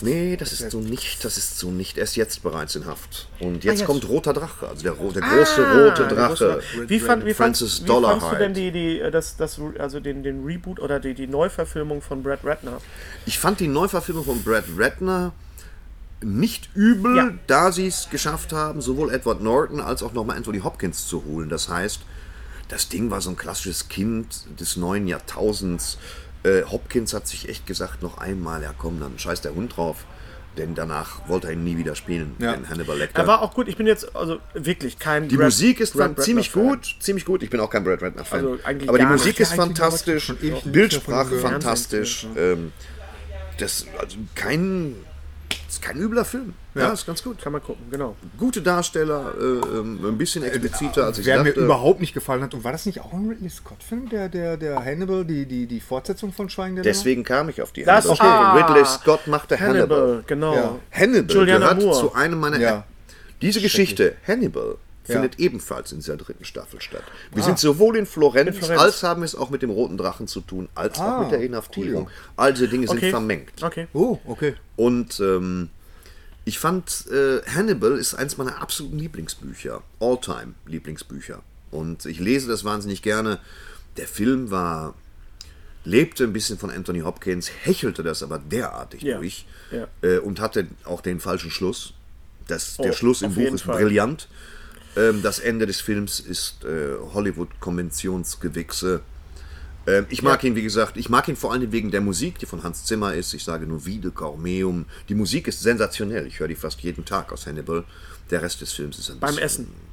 Nee, das ist so nicht. Das ist so nicht. Er ist jetzt bereits in Haft. Und jetzt
Ah, jetzt.
kommt Roter Drache. Also der, ro- der große rote
Ah,
Drache.
Wie, fand, wie, fand,
Francis
wie fandst du
Dollarhide.
denn die, die, äh, das, das, also den, den Reboot oder die, die Neuverfilmung von Brad Ratner?
Ich fand die Neuverfilmung von Brad Ratner nicht übel,
Ja.
da sie es geschafft haben, sowohl Edward Norton als auch nochmal Anthony Hopkins zu holen. Das heißt, das Ding war so ein klassisches Kind des neuen Jahrtausends. Äh, Hopkins hat sich echt gesagt, noch einmal, ja komm, dann scheiß der Hund drauf. Denn danach wollte er ihn nie wieder spielen,
Ja.
den Hannibal Lecter.
Er war auch gut. Ich bin jetzt also wirklich kein.
Die
Brad-
Musik ist
Brad
fan-
Ratner
ziemlich
Fan.
gut, ziemlich gut. Ich bin auch kein Brad Ratner Fan.
Also eigentlich
aber die
gar nicht.
Musik ist
Ja, eigentlich
fantastisch,
schon ewig nicht davon
Bildsprache
gehört.
fantastisch. Ähm, das also kein ist kein übler Film. Ja, ist ganz gut.
Kann man gucken, genau.
Gute Darsteller, äh, ähm, ein bisschen expliziter als ich
Wer mir
dachte.
überhaupt nicht gefallen hat. Und war das nicht auch ein Ridley Scott-Film, der, der, der Hannibal, die, die, die Fortsetzung von Schweigen der Lämmer?
Deswegen kam ich auf die
Das-
Hannibal.
Ah.
Ridley Scott machte Hannibal.
Hannibal, genau.
Ja.
Hannibal
Juliana
gehört
Moore.
zu einem meiner.
Ja.
Diese Geschichte, Hannibal, findet ebenfalls in dieser dritten Staffel statt. Wir sind sowohl in Florenz,
Florenz.
als haben es auch mit dem Roten Drachen zu tun, als auch mit der Inhaftierung. All diese Dinge sind
Okay.
vermengt.
Okay.
Oh, okay.
Und ähm, ich fand, äh, Hannibal ist eins meiner absoluten Lieblingsbücher, All-Time-Lieblingsbücher. Und ich lese das wahnsinnig gerne. Der Film war, lebte ein bisschen von Anthony Hopkins, hechelte das aber derartig
Ja,
durch
ja.
Äh, und hatte auch den falschen Schluss. Das, der
Oh,
Schluss im
auf
Buch
jeden
ist
Fall.
brillant. Ähm, das Ende des Films ist äh, Hollywood-Konventionsgewichse. Ähm, ich mag ihn, wie gesagt, ich mag ihn vor allem wegen der Musik, die von Hans Zimmer ist. Ich sage nur Vide, Cormeum. Die Musik ist sensationell. Ich höre die fast jeden Tag aus Hannibal. Der Rest des Films ist ein
Beim
bisschen,
Essen.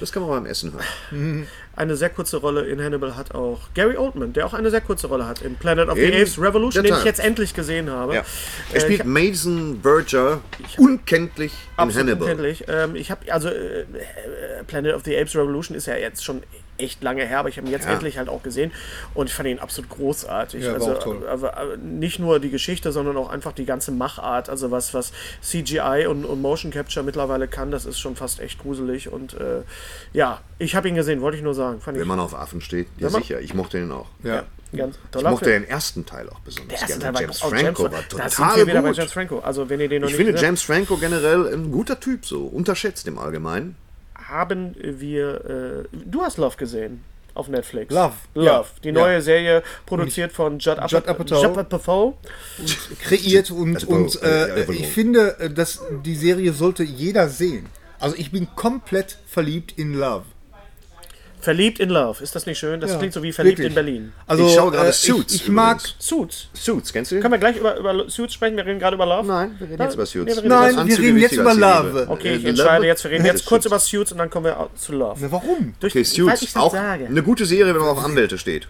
Das kann man beim Essen hören.
Eine sehr kurze Rolle in Hannibal hat auch Gary Oldman, der auch eine sehr kurze Rolle hat in Planet of
In
the Apes Revolution,
der
den ich
Tat.
jetzt endlich gesehen habe.
Ja. Er
Äh, ich
spielt
hab-
Mason Berger unkenntlich in
Absolut
Hannibal.
unkenntlich. Ähm, ich habe also äh, äh, Planet of the Apes Revolution ist ja jetzt schon echt lange her, aber ich habe ihn jetzt
Ja.
endlich halt auch gesehen und ich fand ihn absolut großartig.
Ja, war
also
auch toll.
Aber, aber nicht nur die Geschichte, sondern auch einfach die ganze Machart, also was was CGI und, und Motion Capture mittlerweile kann, das ist schon fast echt gruselig und äh, ja, ich habe ihn gesehen, wollte ich nur sagen, fand
Wenn
ich
man auf Affen steht, ja
man-
sicher. Ich mochte den auch.
Ja.
ganz
Ich
toller
mochte
Film.
den ersten Teil auch besonders
Der erste
gerne.
Teil war
James
auch
Franco
halt Franco.
war
Da sind wir wieder
total
bei
gut.
James Franco. Also wenn ihr den noch
ich
nicht
finde
gesehen habt,
James Franco generell ein guter Typ so, unterschätzt im Allgemeinen.
haben wir. Äh, du hast Love gesehen auf Netflix.
Love,
Love.
ja.
Die neue Serie, produziert von Judd
Judd
Apatow.
Apatow.
Judd Apatow.
kreiert und,
Also,
und
äh,
äh,
ja,
ich
Überlegung.
finde, äh, dass die Serie sollte jeder sehen. Also ich bin komplett verliebt in Love.
Verliebt in Love. Ist das nicht schön? Das
Ja,
klingt so wie verliebt
wirklich.
in Berlin.
Also
Ich schaue gerade
äh,
Suits
Ich, ich mag
übrigens.
Suits.
Suits, kennst du den?
Können wir gleich über, über Suits sprechen? Wir reden gerade über Love.
Nein, wir reden
Nein,
jetzt über Suits.
nee, wir reden
Nein,
über
wir reden jetzt über Love.
Äh,
Okay, ich entscheide jetzt. Wir reden
[LAUGHS]
jetzt kurz über Suits und dann kommen wir au- zu Love.
Na, Ne, warum?
Durch
Okay,
weil ich
Suits,
das
auch
sage.
eine gute Serie, wenn man auf Anwälte steht.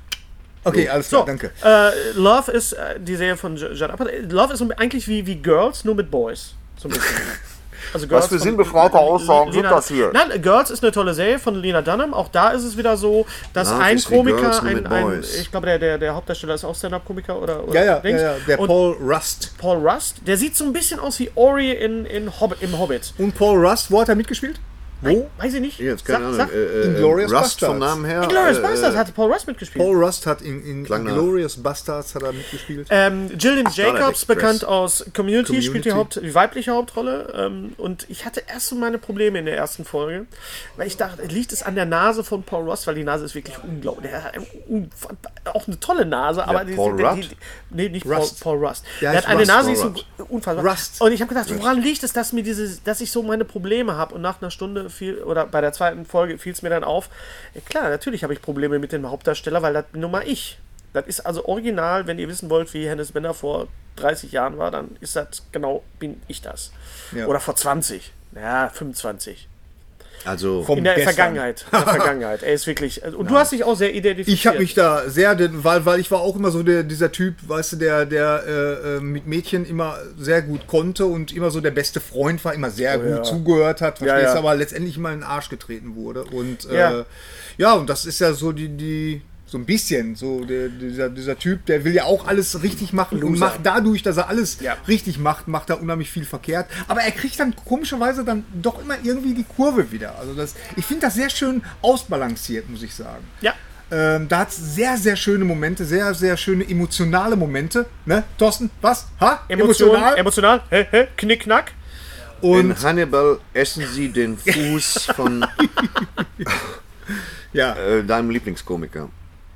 Okay, alles klar,
So,
danke.
Äh, Love ist äh, die Serie von Ju- Judd Apatow. Love ist so eigentlich wie, wie Girls, nur mit Boys. So ein
[LAUGHS]
bisschen. Also Girls
für
von-
sinnbefreite Aussagen
Lena-
sind das hier?
Nein, Girls ist eine tolle Serie von Lena Dunham. Auch da ist es wieder so, dass
Love
ein
is wie Girls,
Komiker,
nur
ein,
mit
ein
Boys.
ich glaube, der, der, der Hauptdarsteller ist auch Stand-Up-Komiker oder, oder
Ja, ja, ja,
Dings.
ja. Der
Und
Paul Rust.
Paul Rust, der sieht so ein bisschen aus wie Ori in, in Hobbit, im Hobbit.
Und Paul Rust, wo hat er mitgespielt?
Wo? Weiß ich nicht.
Jetzt, keine Ahnung.
Sag,
äh, äh,
Inglourious
Rust
Bastards.
vom Namen her.
Glorious
äh,
Bastards hatte Paul Rust mitgespielt.
Paul Rust hat in, in
Klang nach.
Glorious Bastards hat er mitgespielt.
Ähm, Gillian Jacobs,
Express.
bekannt aus Community, spielt die,
Community.
Haupt, die weibliche Hauptrolle. Ähm, und ich hatte erst so meine Probleme in der ersten Folge, weil ich dachte, liegt es an der Nase von Paul Ross, weil die Nase ist wirklich unglaublich. Der hat eine un- auch eine tolle Nase, aber die,
Paul
die, die,
Rudd?
nee, nicht
Rust.
Paul, Paul Rust. Der,
heißt
hat eine
Rust,
Nase, die
Paul
ist so
Rudd.
unfassbar.
Rust.
Und ich habe gedacht, woran liegt es, dass mir diese, dass ich so meine Probleme habe? Und nach einer Stunde fiel, oder bei der zweiten Folge fiel es mir dann auf, äh, klar, natürlich habe ich Probleme mit dem Hauptdarsteller, weil das bin nur mal ich. Das ist also original, wenn ihr wissen wollt, wie Hennes Bender vor 30 Jahren war, dann ist das genau, bin ich das.
Ja.
Oder vor 20. Ja, 25.
Also,
Vom-
In der
Gestern.
Vergangenheit. In der Vergangenheit. Er ist wirklich. also, Und du hast dich auch sehr identifiziert.
Ich habe mich da sehr, denn- weil, weil ich war auch immer so der, dieser Typ, weißt du, der, der äh, äh, mit Mädchen immer sehr gut konnte und immer so der beste Freund war, immer sehr gut zugehört hat,
Oh, Ja,
verstehst du,
ja.
aber letztendlich immer in den Arsch getreten wurde. Und äh,
Ja.
ja. und das ist ja so die, die so ein bisschen so der, dieser, dieser Typ, der will ja auch alles richtig machen und macht dadurch, dass er alles
Ja.
richtig macht, macht er unheimlich viel verkehrt. Aber er kriegt dann komischerweise dann doch immer irgendwie die Kurve wieder. Also das, ich finde das sehr schön ausbalanciert, muss ich sagen.
Ja.
Ähm, da hat es sehr, sehr schöne Momente, sehr, sehr schöne emotionale Momente. Ne, Thorsten? Was? Ha?
Emotion, emotional. emotional. Hä, hä, knick, knack.
Und
in Hannibal essen sie den Fuß
[LAUGHS]
von
ja,
äh, deinem Lieblingskomiker.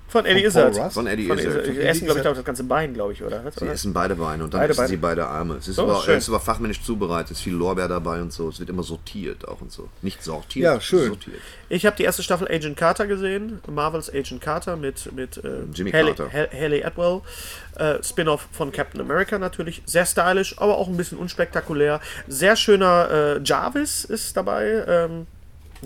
Von Eddie
Von Paul
Izzard.
Russ?
Von Eddie
Von
Izzard.
Eddie-
Eddie
Essen, glaube ich,
Izzard.
auch das ganze Bein, glaube ich, oder?
Sie
oder?
essen beide Beine und dann
Beide
essen sie
Beine.
beide Arme. Es ist,
Oh,
aber,
schön.
es ist aber fachmännisch zubereitet, es ist viel Lorbeer dabei und so. Es wird immer sortiert auch und so. Nicht sortiert,
Ja, schön.
sortiert.
Ich habe die erste Staffel Agent Carter gesehen, Marvels Agent Carter mit, mit äh,
Jimmy
Hayley,
Carter.
Ha- Hayley Atwell. Äh, Spin-off von Captain America natürlich. Sehr stylisch, aber auch ein bisschen unspektakulär. Sehr schöner äh, Jarvis ist dabei. Ähm,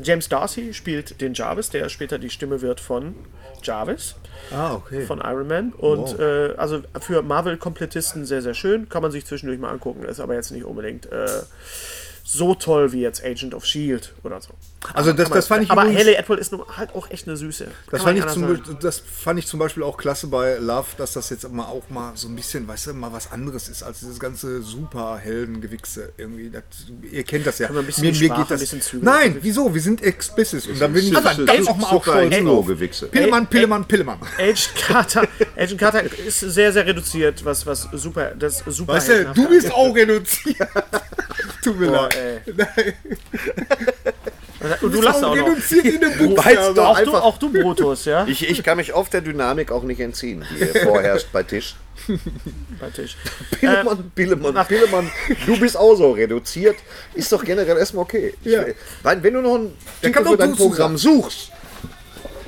James Darcy spielt den Jarvis, der später die Stimme wird von Jarvis.
ah, okay.
von Iron Man. Und äh, also für Marvel-Komplettisten sehr, sehr schön. Kann man sich zwischendurch mal angucken. Ist aber jetzt nicht unbedingt äh, so toll wie jetzt Agent of Shield E oder so.
Also das,
Kann man-
das fand ich
aber
übrigens-
Haley Atwell ist nun halt auch echt eine Süße.
Das
Kann
fand,
man
ich
nicht
zum,
anders
Beispiel- das fand ich zum Beispiel auch klasse bei Love, dass das jetzt mal auch mal so ein bisschen, weißt du, mal was anderes ist als dieses ganze Superheldengewichse irgendwie. Das, ihr kennt das ja.
Können wir ein bisschen die Sprache ein bisschen zügeln?
Nein, wieso? Wir sind explicit und da bin ich
sind
aber dann auch mal auch stolz drauf.
Superhelden-Gewichse.
Pillemann, Pillemann, Pillemann.
sagen. Agent Carter, Agent Carter ist sehr, sehr reduziert, was, was super, das super.
Weißt du, du bist auch reduziert. [LAUGHS] Tut mir
Boah,
leid.
ey.
Nein,
[LAUGHS] Und du
bist
lachst
auch
auch noch.
reduziert in den
Weißt
Buchstaben.
du-
Auch du,
Einfach-
auch du, Brutus, ja?
Ich, ich kann mich oft der Dynamik auch nicht entziehen, die hier vorherrscht bei Tisch.
Bei Tisch.
Äh,
Pillemann, Pillemann, Pillemann, du bist auch so reduziert. Ist doch generell erstmal okay. Ich
Ja.
will- Weil wenn du noch einen
kann
Titel
doch
für dein
du
Programm suchst,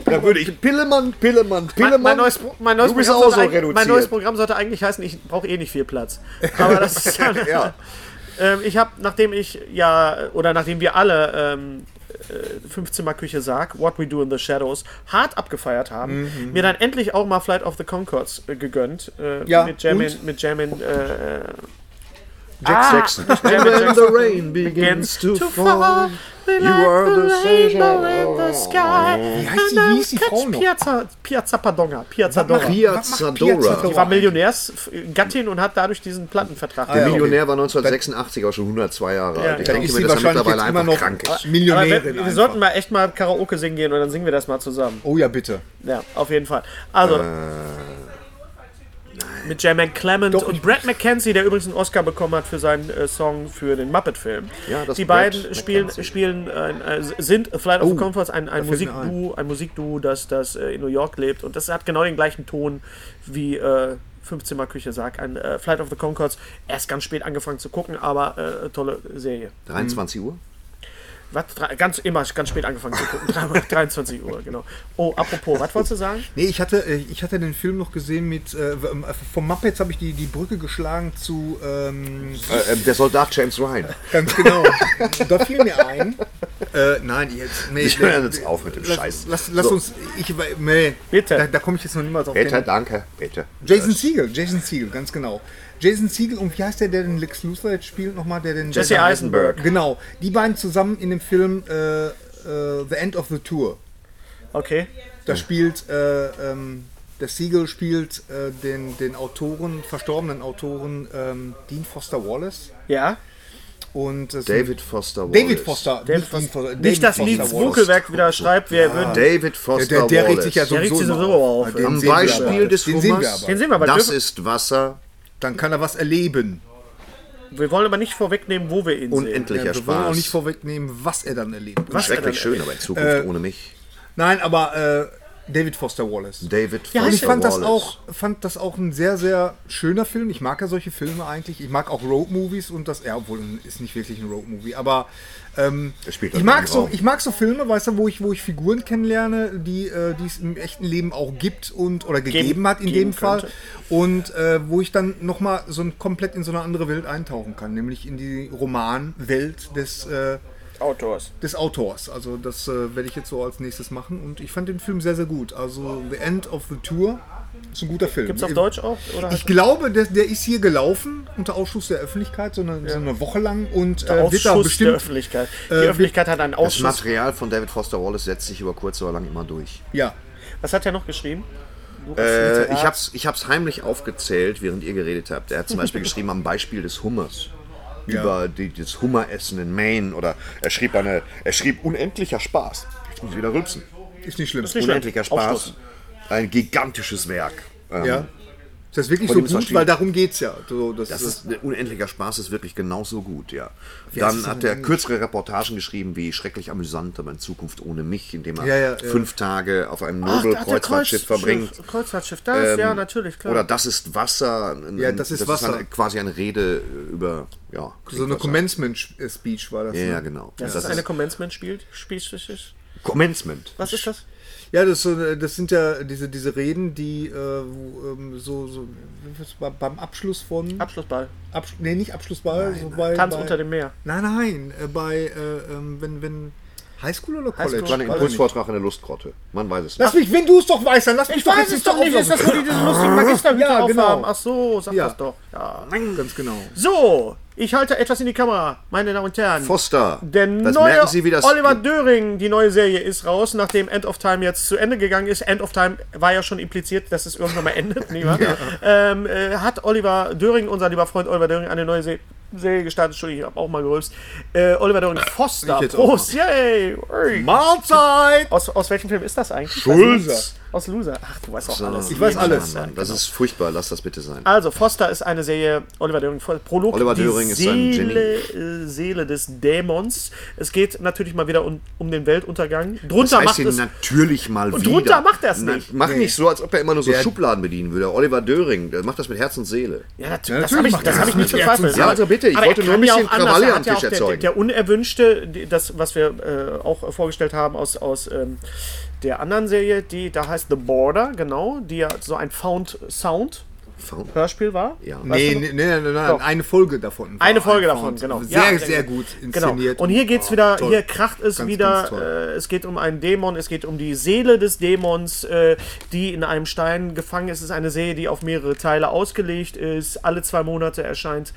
dann würde ich Pillemann, Pillemann,
Mein,
Pillemann.
mein neues, Pro- mein, neues
du bist
Programm
auch so
sollte eigentlich-
reduziert.
mein neues Programm sollte eigentlich heißen, ich brauche eh nicht viel
[LAUGHS]
Platz. Aber das ist dann,
Ja.
ähm, ich habe, nachdem ich ja, oder nachdem wir alle ähm, äh, 15 Mal Küche sag, What We Do in the Shadows, hart abgefeiert haben,
Mhm.
mir dann endlich auch mal Flight of the Concords äh, gegönnt. Äh,
Ja,
mit Jamin,
und?
mit Jamin, äh, äh,
Jackson.
Jamin
When
Jackson
the rain begins to fall,
you
are the Oh.
rainbow in the sky. Wie
heißt die- wie hieß die Frau noch?
Piazza, Piazza Padonga. Piazza Dora. Die war Millionärsgattin und hat dadurch diesen Plattenvertrag.
ja,
Der
okay.
Millionär war 1986 auch schon 102 Jahre alt. ich
dann
Ist
denke
sie
mir, dass
wahrscheinlich
er
jetzt
mittlerweile
immer
einfach
noch
krank ist.
Aber wir,
Millionärin.
wir
einfach.
sollten mal echt mal Karaoke singen gehen und dann singen wir das mal zusammen.
oh ja, bitte.
Ja, auf jeden Fall. Also. Mit J.M. Clement
Doch,
und
ich-
Brad McKenzie, der übrigens einen Oscar bekommen hat für seinen äh, Song für den Muppet-Film.
Ja, das
Die
Brad
beiden spielen,
McKenzie.
spielen äh, äh, sind Flight of the
Oh,
Comforts, ein, ein
fällt mir
Musikduo, ein Musikduo, das, das äh, in New York lebt. Und das hat genau den gleichen Ton wie äh, 15 Mal Küche sagt. Ein äh, Flight of the Concords, erst ganz spät angefangen zu gucken, aber äh, tolle Serie.
23 Uhr?
Was? Drei- Ganz immer ganz spät angefangen zu gucken. [LAUGHS] 23 Uhr, genau. Oh, apropos, was wolltest du sagen?
Nee, ich hatte, äh, ich hatte den Film noch gesehen mit. Äh, vom Muppets habe ich die, die Brücke geschlagen zu. Ähm,
Äh, äh, der Soldat James Ryan.
ganz genau. [LAUGHS] da fiel mir ein. Äh, nein, jetzt. Nee, äh,
Ich höre jetzt auf mit dem
lass,
Scheiß.
Lass, lass
So.
uns. Ich, nee,
Bitte.
Da, da komme ich jetzt noch niemals auf
Bitte,
den-
danke, bitte.
Jason Siegel, Jason Siegel, ganz genau. Jason Siegel und wie heißt der, der den Lex Luthor jetzt spielt nochmal? Der den
Jesse
der-
Eisenberg.
Genau, die beiden zusammen in dem Film äh, äh, The End of the Tour.
Okay.
Da spielt, äh, ähm, der Siegel spielt äh, den, den Autoren, verstorbenen Autoren ähm, Dean Foster Wallace.
Ja.
Und es-
David Foster Wallace.
David Foster.
David
nicht Dean
Foster-
Foster,
Nicht, dass
David
Nils
Foster Wallace.
Wuckelwerk wieder schreibt, wir würden.
David Foster
Der, der, der
Wallace.
regt sich ja
Der regt
sowieso
sich
immer
sowieso auf.
Den
Am
sehen wir
Beispiel
aber.
des
Den sehen wir
Humors,
aber.
Den sehen wir aber.
das
Dürfen,
ist Wasser
Dann kann er was erleben.
wir wollen aber nicht vorwegnehmen, wo wir ihn sehen.
unendlicher
Ja, wir wollen auch nicht
Spaß.
vorwegnehmen, was Äh, er dann erlebt.
Was er dann-
Schrecklich schön, aber in Zukunft ohne mich.
Nein, aber äh, David Foster Wallace.
David Foster
Ja,
Wallace.
Ich fand das, auch, fand das auch ein sehr, sehr schöner Film. Ich mag ja solche Filme eigentlich. Ich mag auch Road-Movies und das, ja, obwohl ist nicht wirklich ein Road-Movie, aber ähm,
Er spielt
ich,
in
mag
einem
so,
Raum.
ich mag so Filme, weißt du, wo ich, wo ich Figuren kennenlerne, die äh, die es im echten Leben auch gibt und oder gegeben hat in
geben
dem Fall.
könnte.
Und äh, wo ich dann nochmal so ein, komplett in so eine andere Welt eintauchen kann, nämlich in die Romanwelt des äh,
Outdoors.
des Autors. Also das äh, werde ich jetzt so als nächstes machen. Und ich fand den Film sehr, sehr gut. Also The End of the Tour ist ein guter Film.
Gibt's auf
Ich-
Deutsch auch? Oder
Ich glaube, der, der ist hier gelaufen unter Ausschluss der Öffentlichkeit, so eine, so eine Woche lang und äh, wird da
Ausschuss der
bestimmt.
Öffentlichkeit. Die
äh,
Öffentlichkeit hat einen
Das
Ausschuss.
Material von David Foster Wallace setzt sich über kurz oder lang immer durch.
Ja,
Was hat er noch geschrieben? Buch-
Äh,
Literat.
ich hab's, ich hab's heimlich aufgezählt, während ihr geredet habt. Er hat zum
[LAUGHS]
Beispiel geschrieben am Beispiel des Hummers. Über die, das Hummeressen in Maine. Oder er schrieb eine, er schrieb unendlicher Spaß. Jetzt muss ich wieder rülpsen.
ist nicht schlimm. Ist,
nicht-
Unendlicher Spaß.
Aufstoßen.
Ein gigantisches Werk. Ähm,
ja. ist das wirklich so
Von dem ist
gut?
verschieden.
Weil darum geht es ja. So, das,
Das
ist-
ist ein unendlicher Spaß, ist wirklich genauso gut, ja. Dann
ist
hat er kürzere Reportagen geschrieben, wie schrecklich amüsant, aber in Zukunft ohne mich, indem er
Ja, ja, ja.
fünf Tage auf einem
Ach, der hat der
Nobelkreuzfahrtschiff
Kreuz-
verbringt. Ähm,
Schiff- Kreuzfahrtschiff, das, ja, natürlich, klar.
Oder das ist Wasser. ein-
Ja,
ein-
das ist
eine-
Wasser.
quasi eine Rede über,
so
ja.
eine
Trinkwasser.
Commencement-Speech war das.
Ja,
ne?
ja, genau.
das, ist eine Commencement-Spiel. Spiel, Spiel-
Commencement.
was ist das?
Ja, das, ist so, äh, das sind ja diese, diese Reden, die äh, wo, ähm, so, so was war beim Abschluss von.
Abschlussball.
Absch nee, nicht Abschlussball. so bei,
Tanz
bei,
unter dem Meer.
Nein, nein, äh, bei, äh, ähm, wenn, wenn, Highschool oder College?
Highschool.
Das war
Weiß
ein
ich nicht.
Impulsvortrag in der Lustgrotte. Man weiß es
Lass mich, wenn du es doch weißt, dann lass mich doch jetzt
ist das, wo die diese lustigen Magisterhüte
Ja,
aufhaben?
genau.
Ach so, sag
Ja.
[LAUGHS] das doch. Ja.
Ganz genau.
So, Ich halte etwas in die Kamera, meine Damen und Herren.
Foster.
Der
das
neue
merken Sie, wie das
Oliver Döring, die neue Serie ist raus, nachdem End of Time jetzt zu Ende gegangen ist. End of Time war ja schon impliziert, dass es irgendwann mal endet, nicht
[LAUGHS]
wahr? Ähm, äh, hat Oliver Döring, unser lieber Freund Oliver Döring, eine neue Se Serie gestartet. Entschuldigung, ich habe auch mal gerülpst. Äh, Oliver Döring Foster.
jetzt auch
Prost, yay! Ui.
Mahlzeit!
Aus, aus welchem Film ist das eigentlich?
Schulz.
Aus Loser. Aus Loser. Ach, du weißt auch alles.
Ich weiß alles. Genau.
Mann, Mann, das ist furchtbar, lass das bitte sein.
Also, Foster ist eine Serie, Oliver Döring, Fo- Prolog,
Oliver
die
Döring ist ein
Seele, äh, Seele des Dämons. Es geht natürlich mal wieder um, um den Weltuntergang. Drunter
heißt
macht
ihn
es...
natürlich mal wieder.
drunter macht er's nicht.
Na, mach nicht so, als ob er immer nur so Schubladen bedienen würde. Oliver Döring, der macht das mit Herz und Seele.
Ja, nat
Ja,
das habe ich,
natürlich
das
macht
hab ich
er das
nicht
mit
bezweifelt.
Herzen.
Ja, also bitte, ich
Aber er
wollte nur
kann
ein
ja
bisschen
auch anders.
Krawalle
Er hat
am
ja
Tisch
auch der,
erzeugen.
Der Unerwünschte, die- das, was wir äh, auch vorgestellt haben aus, aus ähm, der anderen Serie, die da heißt The Border, genau, die ja so ein Found Sound Hörspiel war.
Ja.
Nee, nee, nee, nein, nein, eine Folge davon. war
Eine Folge davon,
Found-
genau. Ja,
Sehr, sehr gut
Genau.
inszeniert.
Und hier geht's
Oh,
wieder,
toll.
hier kracht es
Ganz,
wieder.
ganz toll.
äh, es geht um einen Dämon, es geht um die Seele des Dämons, äh, die in einem Stein gefangen ist. Es ist eine Serie, die auf mehrere Teile ausgelegt ist. Alle zwei Monate erscheint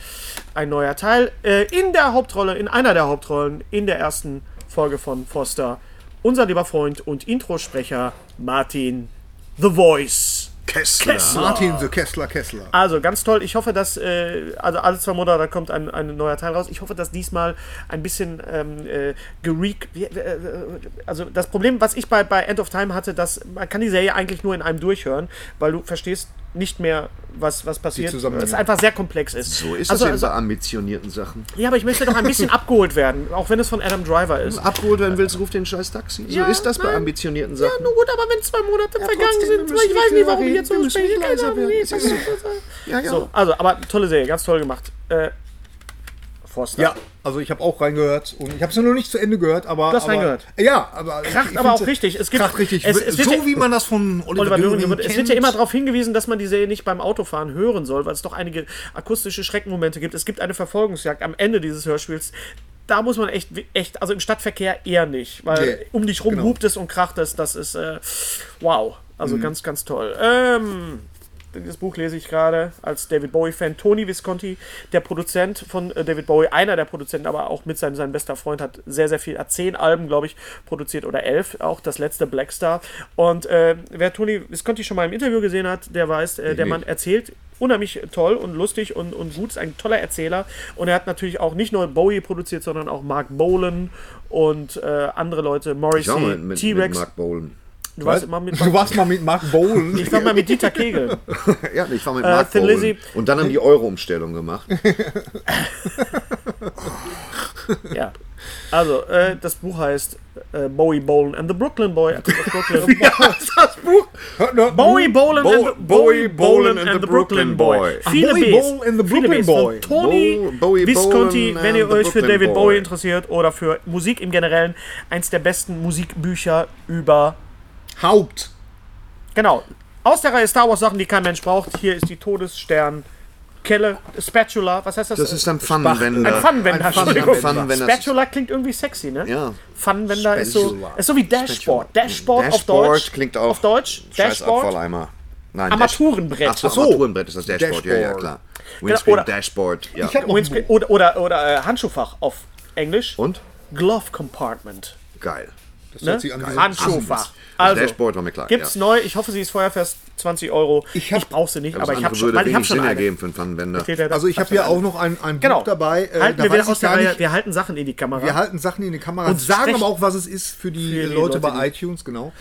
ein neuer Teil. Äh, in der Hauptrolle, in einer der Hauptrollen, in der ersten Folge von Foster, unser lieber Freund und Introsprecher Martin The Voice.
Kessler.
Martin The Kessler Kessler.
Also ganz toll. Ich hoffe, dass äh, also alle zwei Monate da kommt ein, ein neuer Teil raus. Ich hoffe, dass diesmal ein bisschen ähm, äh, gereak. wie- äh, äh, Also das Problem, was ich bei, bei End of Time hatte, dass man kann die Serie eigentlich nur in einem durchhören, weil du verstehst nicht mehr, was, was passiert.
Zusammenhänge.
Es einfach sehr komplex ist.
So ist
also,
das eben
also,
bei ambitionierten Sachen.
Ja, aber ich möchte doch ein bisschen [LAUGHS] abgeholt werden, auch wenn es von Adam Driver ist.
Abgeholt werden willst, ruf den scheiß Taxi. So
Ja,
ist das bei
nein.
ambitionierten Sachen.
Nun gut, aber wenn zwei Monate vergangen
trotzdem, wir
sind,
müssen
ich weiß
nicht
nicht,
drüber
warum ich
reden.
jetzt so
Wir müssen
spreche.
nicht
Keine
leiser
Ahnung,
werden.
nee,
Es ist ja, ja.
So, also, aber tolle Serie, ganz toll gemacht. Äh, Forster.
Ja, also ich habe auch reingehört und ich habe es nur noch nicht zu Ende gehört, aber.
Du hast
aber,
reingehört.
Ja, aber.
Kracht
ich
aber
find's-
auch richtig. Es gibt-
kracht richtig.
es- es wird
so
ja-
wie man das von Oliver,
Oliver Döring,
Döring
wird-
kennt.
es wird ja immer darauf hingewiesen, dass man die Serie nicht beim Autofahren hören soll, weil es doch einige akustische Schreckenmomente gibt. Es gibt eine Verfolgungsjagd am Ende dieses Hörspiels. Da muss man echt, echt, also im Stadtverkehr eher nicht, weil
Nee,
um dich rum
genau.
hupt es und kracht es. Das ist äh, wow,
Mhm.
also ganz, ganz toll. Ähm, das Buch lese ich gerade als David Bowie-Fan. Tony Visconti, der Produzent von äh, David Bowie, einer der Produzenten, aber auch mit seinem sein bester Freund, hat sehr, sehr viel, hat zehn Alben, glaube ich, produziert oder elf, auch das letzte Black Star. Und äh, wer Tony Visconti schon mal im Interview gesehen hat, der weiß, äh, der Mann erzählt unheimlich toll und lustig und, und gut, ist ein toller Erzähler. Und er hat natürlich auch nicht nur Bowie produziert, sondern auch Mark Bolan und äh, andere Leute,
Ich war mal
Morrissey,
mit, mit
T-Rex.
Mark Bolan.
Du warst
Was? [LAUGHS]
immer mit
du warst mal mit Mark Bowen.
[LAUGHS] ich war mal mit Dieter Kegel.
[LAUGHS] Ja, ich war mit Mark
Äh, Thin
Bolan.
Lizzy.
Und dann haben die Euro-Umstellung gemacht.
Ja. Also, äh, das Buch heißt äh, Bowie Bolan and the Brooklyn Boy. at the
[LAUGHS]
Brooklyn
das Buch.
Bowie Bolan
Bo-
and the,
Bowie Bolan and the Brooklyn Boy.
Boy. Viele
Bowie
Bs.
Bolan and the
Viele
Brooklyn
Bs. Von
Boy.
Tony
Bo- Bowie
Visconti,
Bolan
wenn
and
ihr
the
euch für
Brooklyn
David
Boy.
Bowie interessiert oder für Musik im Generellen, eins der besten Musikbücher über.
Haupt.
Genau. Aus der Reihe Star Wars Sachen, die kein Mensch braucht. Hier ist die Todesstern. Kelle, Spatula, was heißt das?
Das ist ein Pfannenwender.
ein Pfannenwender.
ein
Entschuldigung.
Pfannenwender.
Pfannenwender.
Spatula klingt irgendwie sexy, ne?
Ja.
Pfannenwender ist so,
Spatula.
ist so wie Dashboard.
Spatula.
Dashboard, auf
Dashboard
Deutsch.
klingt auch
Auf Deutsch.
Scheiß
Dashboard.
Abfalleimer. Nein,
Armaturenbrett.
Ach so,
Ach so.
Armaturenbrett ist das Dashboard. Ja, ja,
Dashboard.
klar. Windscreen
oder-
Dashboard. Ja.
Ich hab noch
Windscreen- Oder, oder, oder äh, Handschuhfach auf Englisch.
Und?
Glove Compartment.
Geil.
Ne?
hört sich an wie-
Handschuhfach.
Das
Also,
Dashboard war mir klar.
gibt's
ja.
neu. Ich hoffe, sie ist feuerfest. 20 Euro. Ich,
Ich hab-
brauche sie nicht,
Das
aber ich habe
andere
schon,
würde
weil ich hab
wenig
schon
Sinn
eine.
ergeben für einen Pfannenwender.
Steht da-
Also ich habe hier auch noch ein, ein
genau.
Buch dabei. äh, da
halten wir wieder
weiß
aus
ich
der
gar
Reihe.
nicht.
Wir halten Sachen in die Kamera.
Wir halten Sachen in die Kamera,
Und
und sagen
sprechen-
aber auch, was es ist für die,
die Leute,
Leute,
die-
bei iTunes, genau.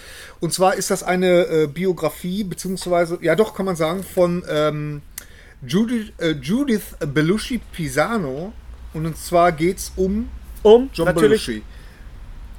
Und zwar ist das eine äh, Biografie, beziehungsweise, ja doch, kann man sagen, von ähm, Judith, äh, Judith Belushi Pisano. Und zwar geht es um
um
John
natürlich
Belushi.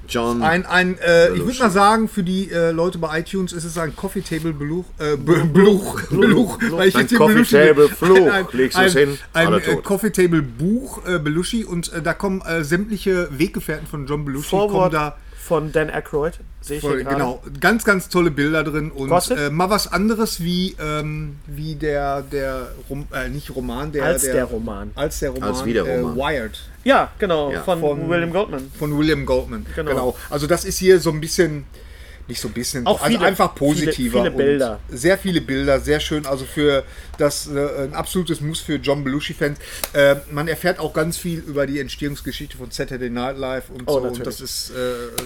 John.
Ein, ein äh, ich
Belushi.
würde mal sagen, für die äh, Leute bei iTunes ist es ein Coffee Table Beluch, äh, Be- Beluch, Beluch, weil ich
Ein
jetzt hier
Coffee
Belushi-
Table
[LAUGHS]
Fluch.
ein,
Legst
ein,
du's hin,
ein,
alle
äh,
tot.
Coffee Table Buch äh, Belushi und äh, da kommen äh, sämtliche Weggefährten von John Belushi kommen
Vorwort
da
von Dan Aykroyd. Sehe ich
Voll,
hier gerade.
genau, ganz, ganz tolle Bilder drin und
Kostet?
äh, mal was anderes wie, ähm, wie der, der Rom, äh, nicht Roman, der,
Als der Roman.
als der Roman,
Als wie der Roman.
Äh, Wired
Ja, genau.
Ja.
Von,
Von-
William Goldman.
von William Goldman.
Genau.
Also das ist hier so ein bisschen Nicht so ein bisschen,
Auch
also
viele-
einfach positiver.
viele- viele Bilder.
Und sehr viele Bilder, sehr schön. Also für das äh, ein absolutes Muss für John Belushi-Fans. Äh, man erfährt auch ganz viel über die Entstehungsgeschichte von Saturday Night Live und so.
Oh, natürlich.
Und das ist. Äh,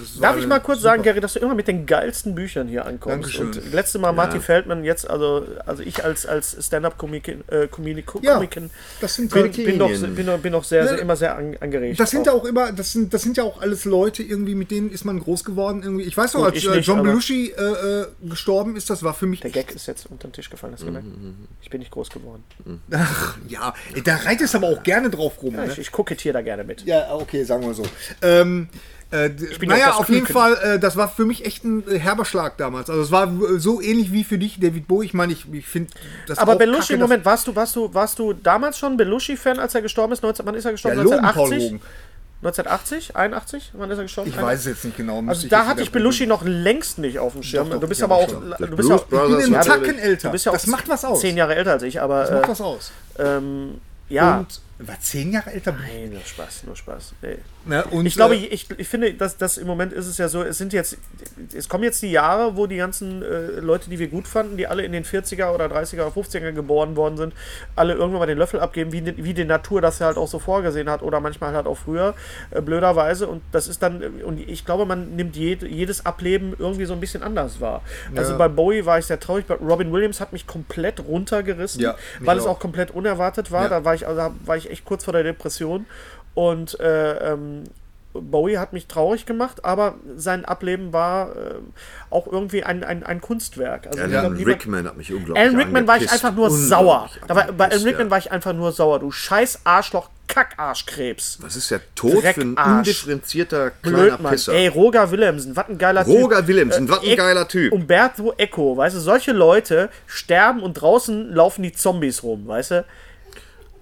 so
Darf
eine
ich mal kurz
super-
sagen, Gary, dass du immer mit den geilsten Büchern hier ankommst.
Dankeschön.
Und letzte Mal Marty Feldman, jetzt also, also ich als, als Stand-up-Comedian äh, Comedian-
Ja,
Comedian
das sind
bin, bin, doch,
Comedian.
bin, doch- bin doch sehr, sehr,
Ne,
immer sehr an, angeregt.
Das sind ja auch immer, das sind, das sind ja auch alles Leute irgendwie, mit denen ist man groß geworden irgendwie. Ich weiß noch,
Gut,
als
ich
äh,
nicht,
John
aber-
Belushi äh, äh, gestorben ist, das war für mich
Der Gag ist jetzt unter den Tisch gefallen, hast du
Mhm,
gemerkt? Ich bin nicht groß geworden.
Ach, ja, da reitest aber auch gerne drauf rum.
Ja,
ne?
ich, ich gucke hier da gerne mit.
Ja, okay, sagen wir so. Ähm, äh,
bin
naja,
auch das
auf jeden
Küken.
Fall, äh, das war für mich echt ein äh, herber Schlag damals. Also es war äh, so ähnlich wie für dich, David Bowie. Ich meine, ich, ich finde das
Aber
auch
Belushi,
kacke, dass-
Moment, warst du, warst du, warst du damals schon Belushi-Fan, als er gestorben ist? 19, wann ist er
Ja,
gestorben?
Logen, Paul
1980?
Logen.
1980? 81? Wann ist er gestorben?
Ich weiß es jetzt nicht genau. müsste
Also da
jetzt
hatte
wieder
ich Belushi noch längst nicht auf dem Schirm.
Doch, doch,
du bist
ja,
aber auch,
schon.
du bist [LAUGHS] ja
Blues
auch,
gucken. Ich
Brothers
bin einen
natürlich.
Tacken älter.
du bist ja auch
das macht was aus.
zehn Jahre älter als ich, aber
Das macht
äh,
was aus.
ähm, ja.
Und war zehn Jahre älter.
Nee, nur Spaß, nur Spaß. Nee.
Ne? Und,
Ich glaube,
äh,
ich, ich finde, dass das im Moment ist es ja so, es sind jetzt, es kommen jetzt die Jahre, wo die ganzen äh, Leute, die wir gut fanden, die alle in den 40er oder 30er oder 50er geboren worden sind, alle irgendwann mal den Löffel abgeben, wie, die- wie die Natur das ja halt auch so vorgesehen hat oder manchmal halt auch früher, äh, blöderweise. Und das ist dann, äh, und ich glaube, man nimmt jed, jedes Ableben irgendwie so ein bisschen anders wahr. Also bei Bowie war ich sehr traurig, bei Robin Williams hat mich komplett runtergerissen,
Ja, mich
weil es
auch.
auch komplett unerwartet war.
Ja.
Da war ich, also, war ich echt kurz vor der Depression. Und äh, ähm, Bowie hat mich traurig gemacht, aber sein Ableben war äh, auch irgendwie ein, ein, ein Kunstwerk. Also
Alan
niemand- niemand-
Rickman hat mich unglaublich
Alan Rickman war ich
angepisst.
einfach nur
Unglaublich
sauer. Da war, bei Alan
angepisst,
Rickman
ja.
war ich einfach nur sauer. Du scheiß Arschloch, Kackarschkrebs.
Das ist ja Tod für ein
Dreckarsch.
undifferenzierter kleiner
Blöd, Mann.
Pisser.
Ey, Roger Willemsen, was ein geiler Typ.
Roger Willemsen, wat ein
Eck- um
geiler Typ.
Umberto Eco, weißt du, solche Leute sterben und draußen laufen die Zombies rum, weißt du?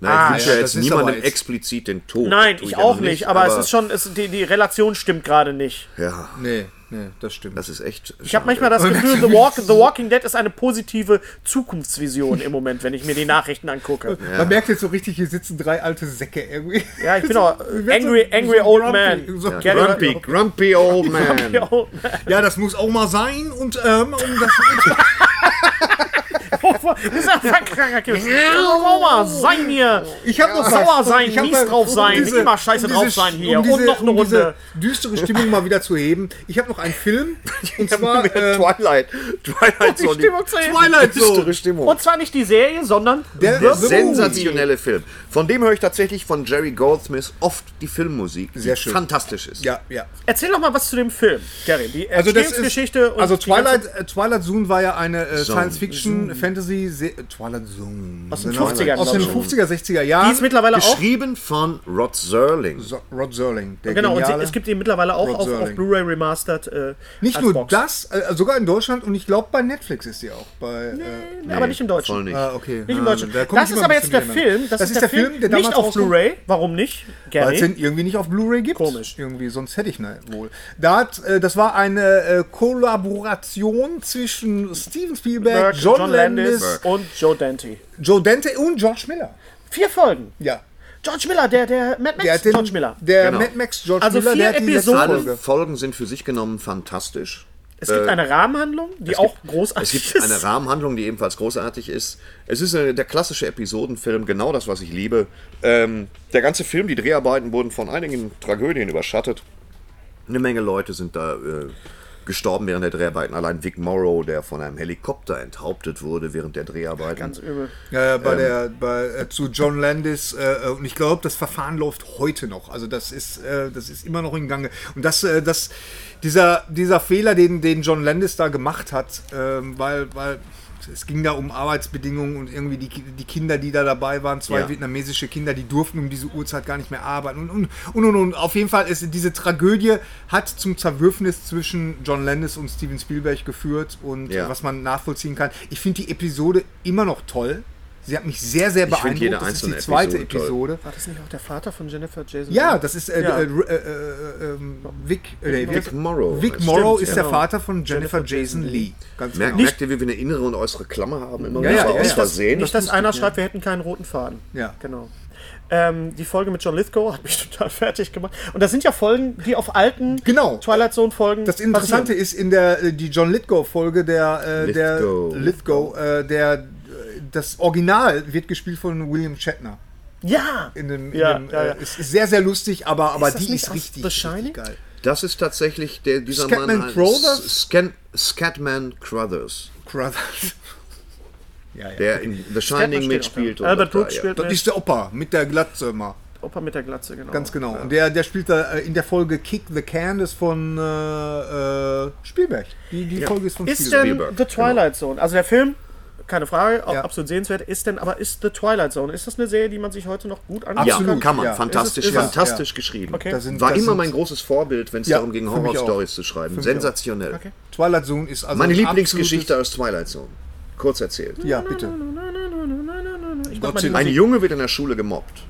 Nein,
Ah,
ich wünsche
ja,
ja
das
jetzt
ist
niemandem
aber jetzt-
explizit den Tod.
Nein,
Tue
ich
ja noch
auch nicht, aber, es ist schon, es, die, die Relation stimmt gerade nicht.
Ja,
Nee, nee, das stimmt.
das ist echt.
Ich habe manchmal das Gefühl, The, Walk, The Walking Dead ist eine positive Zukunftsvision im Moment, wenn ich mir die Nachrichten angucke.
Man merkt jetzt so richtig, hier sitzen drei alte Säcke irgendwie.
Ja,
[LAUGHS]
ich bin auch
Wir werden
angry- angry old man.
So,
Ja,
grumpy.
grumpy, grumpy old man.
[LAUGHS] Ja, oh,
Ja, das muss auch mal sein und ähm, um das
das ist einfach kranker Kind. Sauer sein hier.
Ich habe noch
Sauer
was.
sein,
ich hab
mies
noch- um
drauf sein, immer scheiße
diese-
drauf sein hier.
um diese,
Und noch eine
um
Runde.
Diese düstere Stimmung mal wieder zu heben. Ich habe noch einen
[LAUGHS]
Film und zwar äh,
Twilight. Twilight Zone.
Stimmung zu heben.
Twilight Zone.
düstere Stimmung.
Und zwar nicht die Serie, sondern
Der-
Der
The
sensationelle Film. Von dem höre ich tatsächlich von Jerry Goldsmith oft die Filmmusik, die
Sehr schön.
fantastisch ist.
Ja, ja.
erzähl doch mal was zu dem Film, Gary. Die Entstehungsgeschichte und
also
die ganze-
Twilight äh, Twilight Zone war ja eine äh,
Zone.
Science Fiction Fantasy Se äh, Twilight Zone
Aus den
Genau.
50er,
aus den
glaub ich.
50er 60er Jahren.
die ist mittlerweile auch
Geschrieben von Rod Serling.
So- Rod Serling, der
Genau, und sie,
geniale-
es gibt ihn mittlerweile auch
Rod
auf, auf
Serling.
Blu-ray remastered. Äh,
nicht
als
nur
Box.
das, äh, sogar in Deutland und ich glaube bei Netflix ist sie auch bei äh,
aber nicht im Deutschen.
Voll nicht.
Ah, okay.
Nicht im
Ah,
Deutschen.
da komm
das
ich
ist
immer
aber
ein
jetzt der
bisschen durcheinander.
Film. Das, ist der Film,
der
nicht
damals
auf
rauskam.
Blu-ray. Warum nicht?
Weil es
Gary.
den irgendwie nicht auf Blu-ray gibt.
Komisch.
Irgendwie, sonst hätte ich ihn wohl. Da hat, äh, das war eine äh, Kollaboration zwischen Steven Spielberg,
Berg,
John, Landis,
Landis und Joe Dante.
Joe Dante und George Miller.
Vier Folgen.
Ja.
George Miller, der, der Mad Max.
Der hat den,
George Miller.
Der
Genau.
Mad Max George
Also
Miller,
vier
der hat die letzte
Episoden.
Folge.
Alle Folgen sind für sich genommen fantastisch.
es gibt
Äh,
eine Rahmenhandlung, die auch großartig
Es
ist.
gibt eine Rahmenhandlung, die ebenfalls großartig ist. Es ist äh, der klassische Episodenfilm, genau das, was ich liebe. Ähm, der ganze Film, die Dreharbeiten wurden von einigen Tragödien überschattet. Eine Menge Leute sind da äh, gestorben während der Dreharbeiten. Allein Vic Morrow, der von einem Helikopter enthauptet wurde während der Dreharbeiten.
Ganz übel.
Ja, bei der, bei, äh, zu John Landis äh, äh, und ich glaube, das Verfahren läuft heute noch. Also das ist, äh, das ist immer noch in Gange. Und das, äh, das, dieser, dieser Fehler, den, den John Landis da gemacht hat, ähm, weil, weil es ging da um Arbeitsbedingungen und irgendwie die, Ki- die Kinder, die da dabei waren, zwei
Ja.
vietnamesische Kinder, die durften um diese Uhrzeit gar nicht mehr arbeiten und und und und. und. Auf jeden Fall ist diese Tragödie hat zum Zerwürfnis zwischen John Landis und Steven Spielberg geführt und
Ja.
was man nachvollziehen kann. Ich finde die Episode immer noch toll. Sie hat mich sehr, sehr
find
beeindruckt.
jede
das ist die
einzelne
zweite
Episode toll.
Episode.
War das nicht auch der Vater von Jennifer Jason?
Ja, das ist äh,
Ja.
äh, äh, äh, ähm, Vic, äh, Vic,
Vic Morrow.
Vic
Stimmt,
Morrow ist
genau.
der Vater von Jennifer Jason Lee. Ganz
Merkt,
genau.
merkt ihr, wie wir eine innere und äußere Klammer haben? Immer
Ja,
wieder
ja,
aus
ja, ja.
Versehen.
Nicht, dass einer schreibt, wir hätten keinen roten Faden.
Ja.
Genau. Ähm, die Folge mit John Lithgow hat mich [LAUGHS] total fertig gemacht. Und das sind ja Folgen, die auf alten
Genau.
Twilight Zone Folgen.
Das Interessante ist in der äh, die John Lithgow Folge der äh, der
Lithgow.
Lithgow äh, der äh, das Original wird gespielt von William Shatner.
Ja.
In dem,
ja,
in dem,
ja,
äh,
ja.
Es ist sehr sehr lustig, aber aber
Ist das
die
nicht
ist
aus
richtig,
The Shining?
richtig geil.
Das ist tatsächlich der, dieser
Scatman
Mann. äh,
Crothers?
S- Scan, Scatman Crothers,
Crothers. ja, ja.
der in The
Scatman
Shining
steht auch,
mitspielt.
ja.
und
Albert
da,
Brooks
ja.
[LAUGHS]
spielt
das ist der Opa mit der Glatze immer.
Opa mit der Glatze, genau.
Ganz genau. Und der, der spielt da äh, in der Folge Kick the Can, das von äh, äh, Spielberg. Die, die Folge ist von
Ist ähm,
Spielberg.
denn
Spielberg,
The Twilight Zone, also der Film, keine Frage, auch
Ja.
absolut sehenswert, ist denn, aber ist The Twilight Zone, ist das eine Serie, die man sich heute noch gut anschauen
Ja,
Absolut,
kann man.
ja.
Fantastisch,
Ist es- ist es-
fantastisch geschrieben.
Okay.
Da sind-
War
da
immer
sind-
mein großes Vorbild, wenn es
Ja,
darum ging,
für mich auch.
Horror-Stories zu schreiben.
mich
Sensationell.
Okay.
Twilight Zone ist also
Meine
ein
Lieblingsgeschichte aus Twilight Zone. Kurz erzählt.
absolutes- Ja, bitte.
Ich mach mal die
Godzilla.
Ein
Musik.
Junge wird in der Schule gemobbt.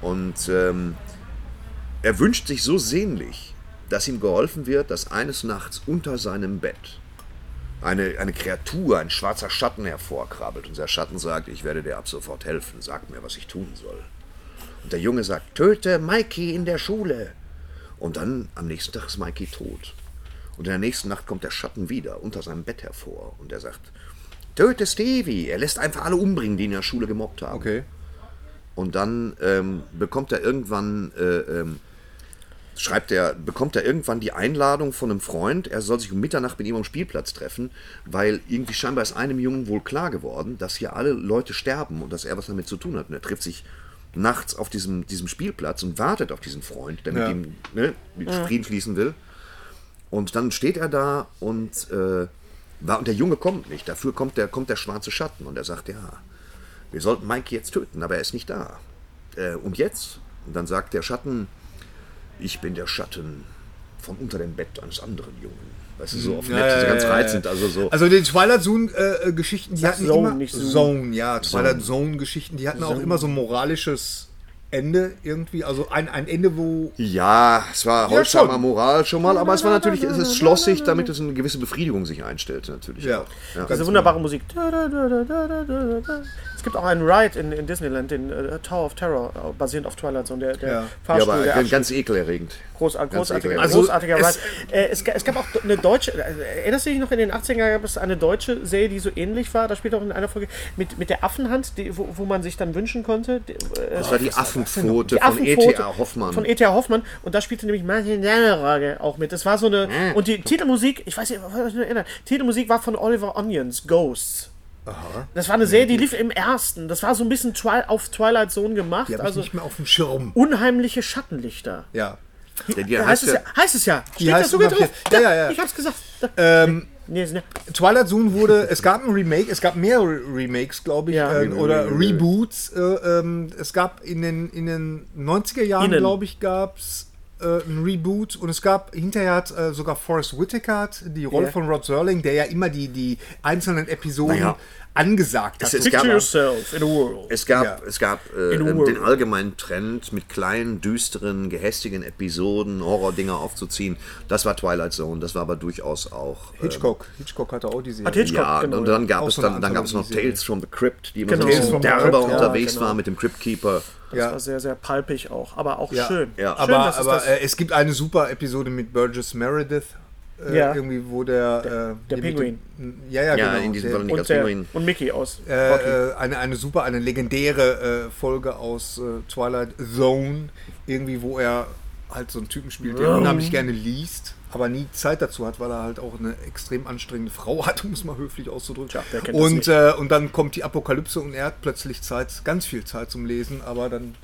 Und ähm, er wünscht sich so sehnlich, dass ihm geholfen wird, dass eines Nachts unter seinem Bett eine, eine Kreatur, ein schwarzer Schatten hervorkrabbelt. Und der Schatten sagt, ich werde dir ab sofort helfen, sag mir, was ich tun soll. Und der Junge sagt, töte Mikey in der Schule. Und dann am nächsten Tag ist Mikey tot. Und in der nächsten Nacht kommt der Schatten wieder unter seinem Bett hervor. Und er sagt, töte Stevie. Er lässt einfach alle umbringen, die ihn in der Schule gemobbt haben.
Okay.
Und dann ähm, bekommt er irgendwann, äh, ähm, schreibt er, bekommt er irgendwann die Einladung von einem Freund, er soll sich um Mitternacht mit ihm am Spielplatz treffen, weil irgendwie scheinbar ist einem Jungen wohl klar geworden, dass hier alle Leute sterben und dass er was damit zu tun hat. Und er trifft sich nachts auf diesem, diesem Spielplatz und wartet auf diesen Freund, der mit
Ja.
ihm ne, mit Frieden schließen will. Und dann steht er da und, äh, war, und der Junge kommt nicht. Dafür kommt der, kommt der schwarze Schatten und er sagt, ja, wir sollten Mike jetzt töten, aber er ist nicht da. Äh, und jetzt? Und dann sagt der Schatten, ich bin der Schatten von unter dem Bett eines anderen Jungen. Weißt du, so auf Netflix,
ja,
ganz
ja, ja.
reizend. Also so.
Also die Twilight Zone-Geschichten, die hatten
Zone,
immer
nicht Zoom.
Zone, ja, Twilight Zone-Geschichten, die hatten auch immer so ein moralisches Ende irgendwie, also ein, ein Ende, wo
ja, es war holzhammer
schon.
Moral schon mal, aber es war natürlich, es ist schlossig, damit es eine gewisse Befriedigung sich einstellte, natürlich.
Ja.
Auch. Ja.
Diese wunderbare Musik. Es gibt auch einen Ride in, in Disneyland, den äh, Tower of Terror, äh, basierend auf Twilight Zone. Der, der
Ja.
ja,
Fahrstuhl,
aber
der
ganz,
abstürzt.
ganz ekelerregend.
Groß, großartiger,
ekelhaft.
Also,
großartiger
es-
Ride. Äh, es, ga- es gab auch eine deutsche, äh, erinnerst du dich noch, in den 80ern gab es eine deutsche Serie, die so ähnlich war. Da spielt auch in einer Folge mit, mit der Affenhand, die, wo, wo man sich dann wünschen konnte. die, äh,
Das war die Affenpfote von
Affenpfote
E
E.T.A. Hoffmann.
Von E E.T.A. Hoffmann. Und da spielte nämlich Martin Lernrage auch mit. Das war so eine.
Ah.
Und die Titelmusik, ich weiß nicht, was ich mich nur erinnere, Titelmusik war von Oliver Onions, Ghosts. Das war eine Serie, die lief im ersten. Das war so ein bisschen Twi auf Twilight Zone gemacht.
die habe ich
also
nicht mehr auf dem Schirm.
unheimliche Schattenlichter.
Ja.
Der,
Ja,
der
heißt,
heißt
es
ja,
ja, heißt es ja. Steht ja
heißt
sogar
immer
drauf.
hier.
Da,
Ja, ja, ja.
Ich hab's gesagt. Da.
Ähm,
Nee, ist ne- nicht.
Twilight Zone wurde, es gab ein Remake, es gab mehrere Remakes, glaube ich,
Ja.
ähm,
Genau,
oder Reboots. Äh, ähm, es gab in den, in den 90er Jahren,
Innen.
glaube ich, gab es äh, ein Reboot und es gab, hinterher hat äh, sogar Forrest Whitaker hat die Rolle
Ja.
von Rod Serling, der ja immer die, die einzelnen Episoden
Naja.
angesagt hat.
Es ist- Picture
yourself in a world.
Es gab,
Ja.
es gab äh,
In
ähm,
Ruhe.
den allgemeinen Trend, mit kleinen, düsteren, gehässigen Episoden Horror-Dinger aufzuziehen. Das war Twilight Zone, das war aber durchaus auch. ähm,
Hitchcock. Hitchcock hatte auch die Serie.
Hat Hitchcock,
ja,
genau,
und dann gab
Auch
es
so eine
dann, dann gab es noch
Anthologie-Serie.
Tales from the Crypt, die immer
Genau.
so ein
Tales
bisschen
from the
derber
Crypt, ja,
unterwegs
genau.
war mit dem Crypt Keeper.
Das war sehr, sehr palpig auch, aber auch
Ja.
schön.
Ja.
aber
schön dass es
aber
das-
äh, es gibt eine super Episode mit Burgess Meredith. Äh,
Ja.
Irgendwie, wo der. Der,
der Pinguin.
Ja, ja,
Ja,
genau.
in diesem
der-
Fall nicht
und,
als
der,
Pinguin.
und Mickey aus. Rocky.
äh, äh, eine, eine super, eine legendäre äh, Folge aus äh, Twilight Zone, irgendwie, wo er halt so einen Typen spielt, der unheimlich gerne liest, aber nie Zeit dazu hat, weil er halt auch eine extrem anstrengende Frau [LAUGHS] hat, um es mal höflich auszudrücken.
Tja, wer kennt das
und,
nicht?
äh, und dann kommt die Apokalypse und er hat plötzlich Zeit, ganz viel Zeit zum Lesen, aber dann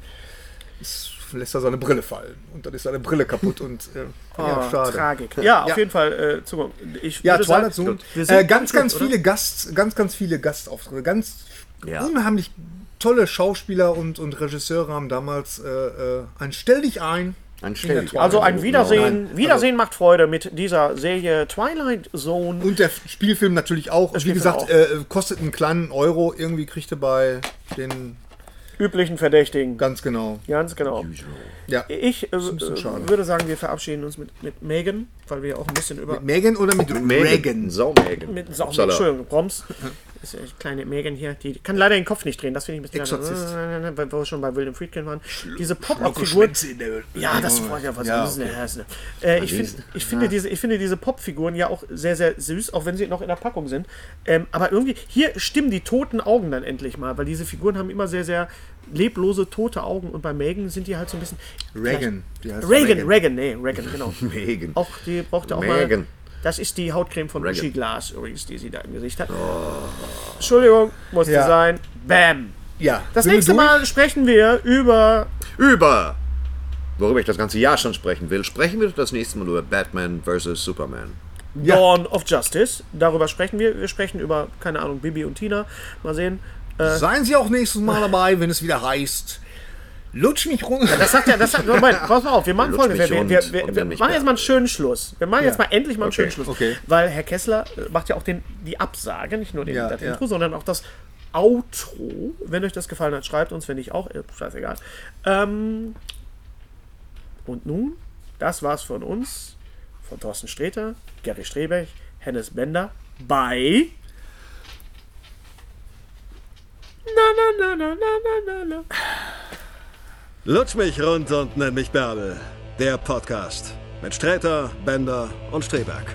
ist, lässt er seine Brille fallen und dann ist seine Brille kaputt und äh,
Ah,
ja, schade.
Tragik. Ja, auf
Ja.
jeden Fall. Äh, Zugang. Ich
Ja,
würde
Twilight
sagen,
Zone.
wir sind
Äh, ganz, ganz
durch, oder?
viele Gast, ganz, ganz viele Gastauftritte. Ganz
Ja.
unheimlich tolle Schauspieler und, und Regisseure haben damals äh, äh, ein Stell dich ein.
Ein Stell-
Twilight
Also ein
Zone.
Wiedersehen.
Nein, also-
Wiedersehen macht Freude mit dieser Serie Twilight Zone.
Und der Spielfilm natürlich auch. Wie
Spielfilm
gesagt,
auch.
Äh, kostet einen kleinen Euro. Irgendwie kriegt er bei den
üblichen Verdächtigen.
Ganz genau.
Ganz genau.
Ja.
Ich äh,
bisschen schade.
äh, würde sagen, wir verabschieden uns mit, mit Megan, weil wir auch ein bisschen über.
Mit Megan oder mit, Reagan?
Saumägen.
Mit, so, Entschuldigung, Broms. Das ist die kleine Megan hier, die kann leider den Kopf nicht drehen, das finde ich ein bisschen
Exorzist.
leider, weil wir schon bei William Friedkin waren. Diese Pop-Up-Figur, ja, das war ja was.
Ja,
das ist eine Häsle. Äh, ich, find, ich, finde diese, ich finde diese Popfiguren ja auch sehr, sehr süß, auch wenn sie noch in der Packung sind. Ähm, aber irgendwie, hier stimmen die toten Augen dann endlich mal, weil diese Figuren haben immer sehr, sehr leblose, tote Augen und bei Megan sind die halt so ein bisschen.
Reagan. Die heißt
Reagan, Reagan, Reagan, nee, Reagan,
[LAUGHS]
genau.
Megan.
Auch die brauchte auch mal.
Megan.
Das ist die Hautcreme von
Reagan.
Uschi Glas übrigens, die sie da im Gesicht hat. Entschuldigung, musste
Ja.
sein. Bam.
Ja.
Das
Sind wir
nächste
durch?
Mal sprechen wir über
Über, worüber ich das ganze Jahr schon sprechen will, sprechen wir doch das nächste Mal über Batman vs. Superman.
Ja.
Dawn of Justice. Darüber sprechen wir. Wir sprechen über, keine Ahnung, Bibi und Tina. Mal sehen. Äh,
Seien Sie auch nächstes Mal dabei, wenn es wieder heißt. Lutsch mich runter.
das sagt ja, das sagt, Moment, pass mal auf, wir machen
Lutsch
folgendes.
mich
Wir,
und-
wir, wir,
und
wir
dann mich
machen jetzt
da.
mal einen schönen Schluss. Wir machen jetzt
Ja.
mal endlich mal einen
Okay.
schönen Schluss.
Okay.
Weil Herr Kessler äh, macht ja auch den, die Absage, nicht nur den,
Ja,
das
ja.
Intro, sondern auch das Outro. Wenn euch das gefallen hat, schreibt uns, wenn nicht auch, äh, scheißegal. Ähm, und nun, das war's von uns, von Thorsten Sträter, Gary Strebech, Hennes Bender, bei... Na, na, na, na, na, na, na, na.
Lutsch mich rund und nenn mich Bärbel. Der Podcast mit Sträter, Bender und Streberg.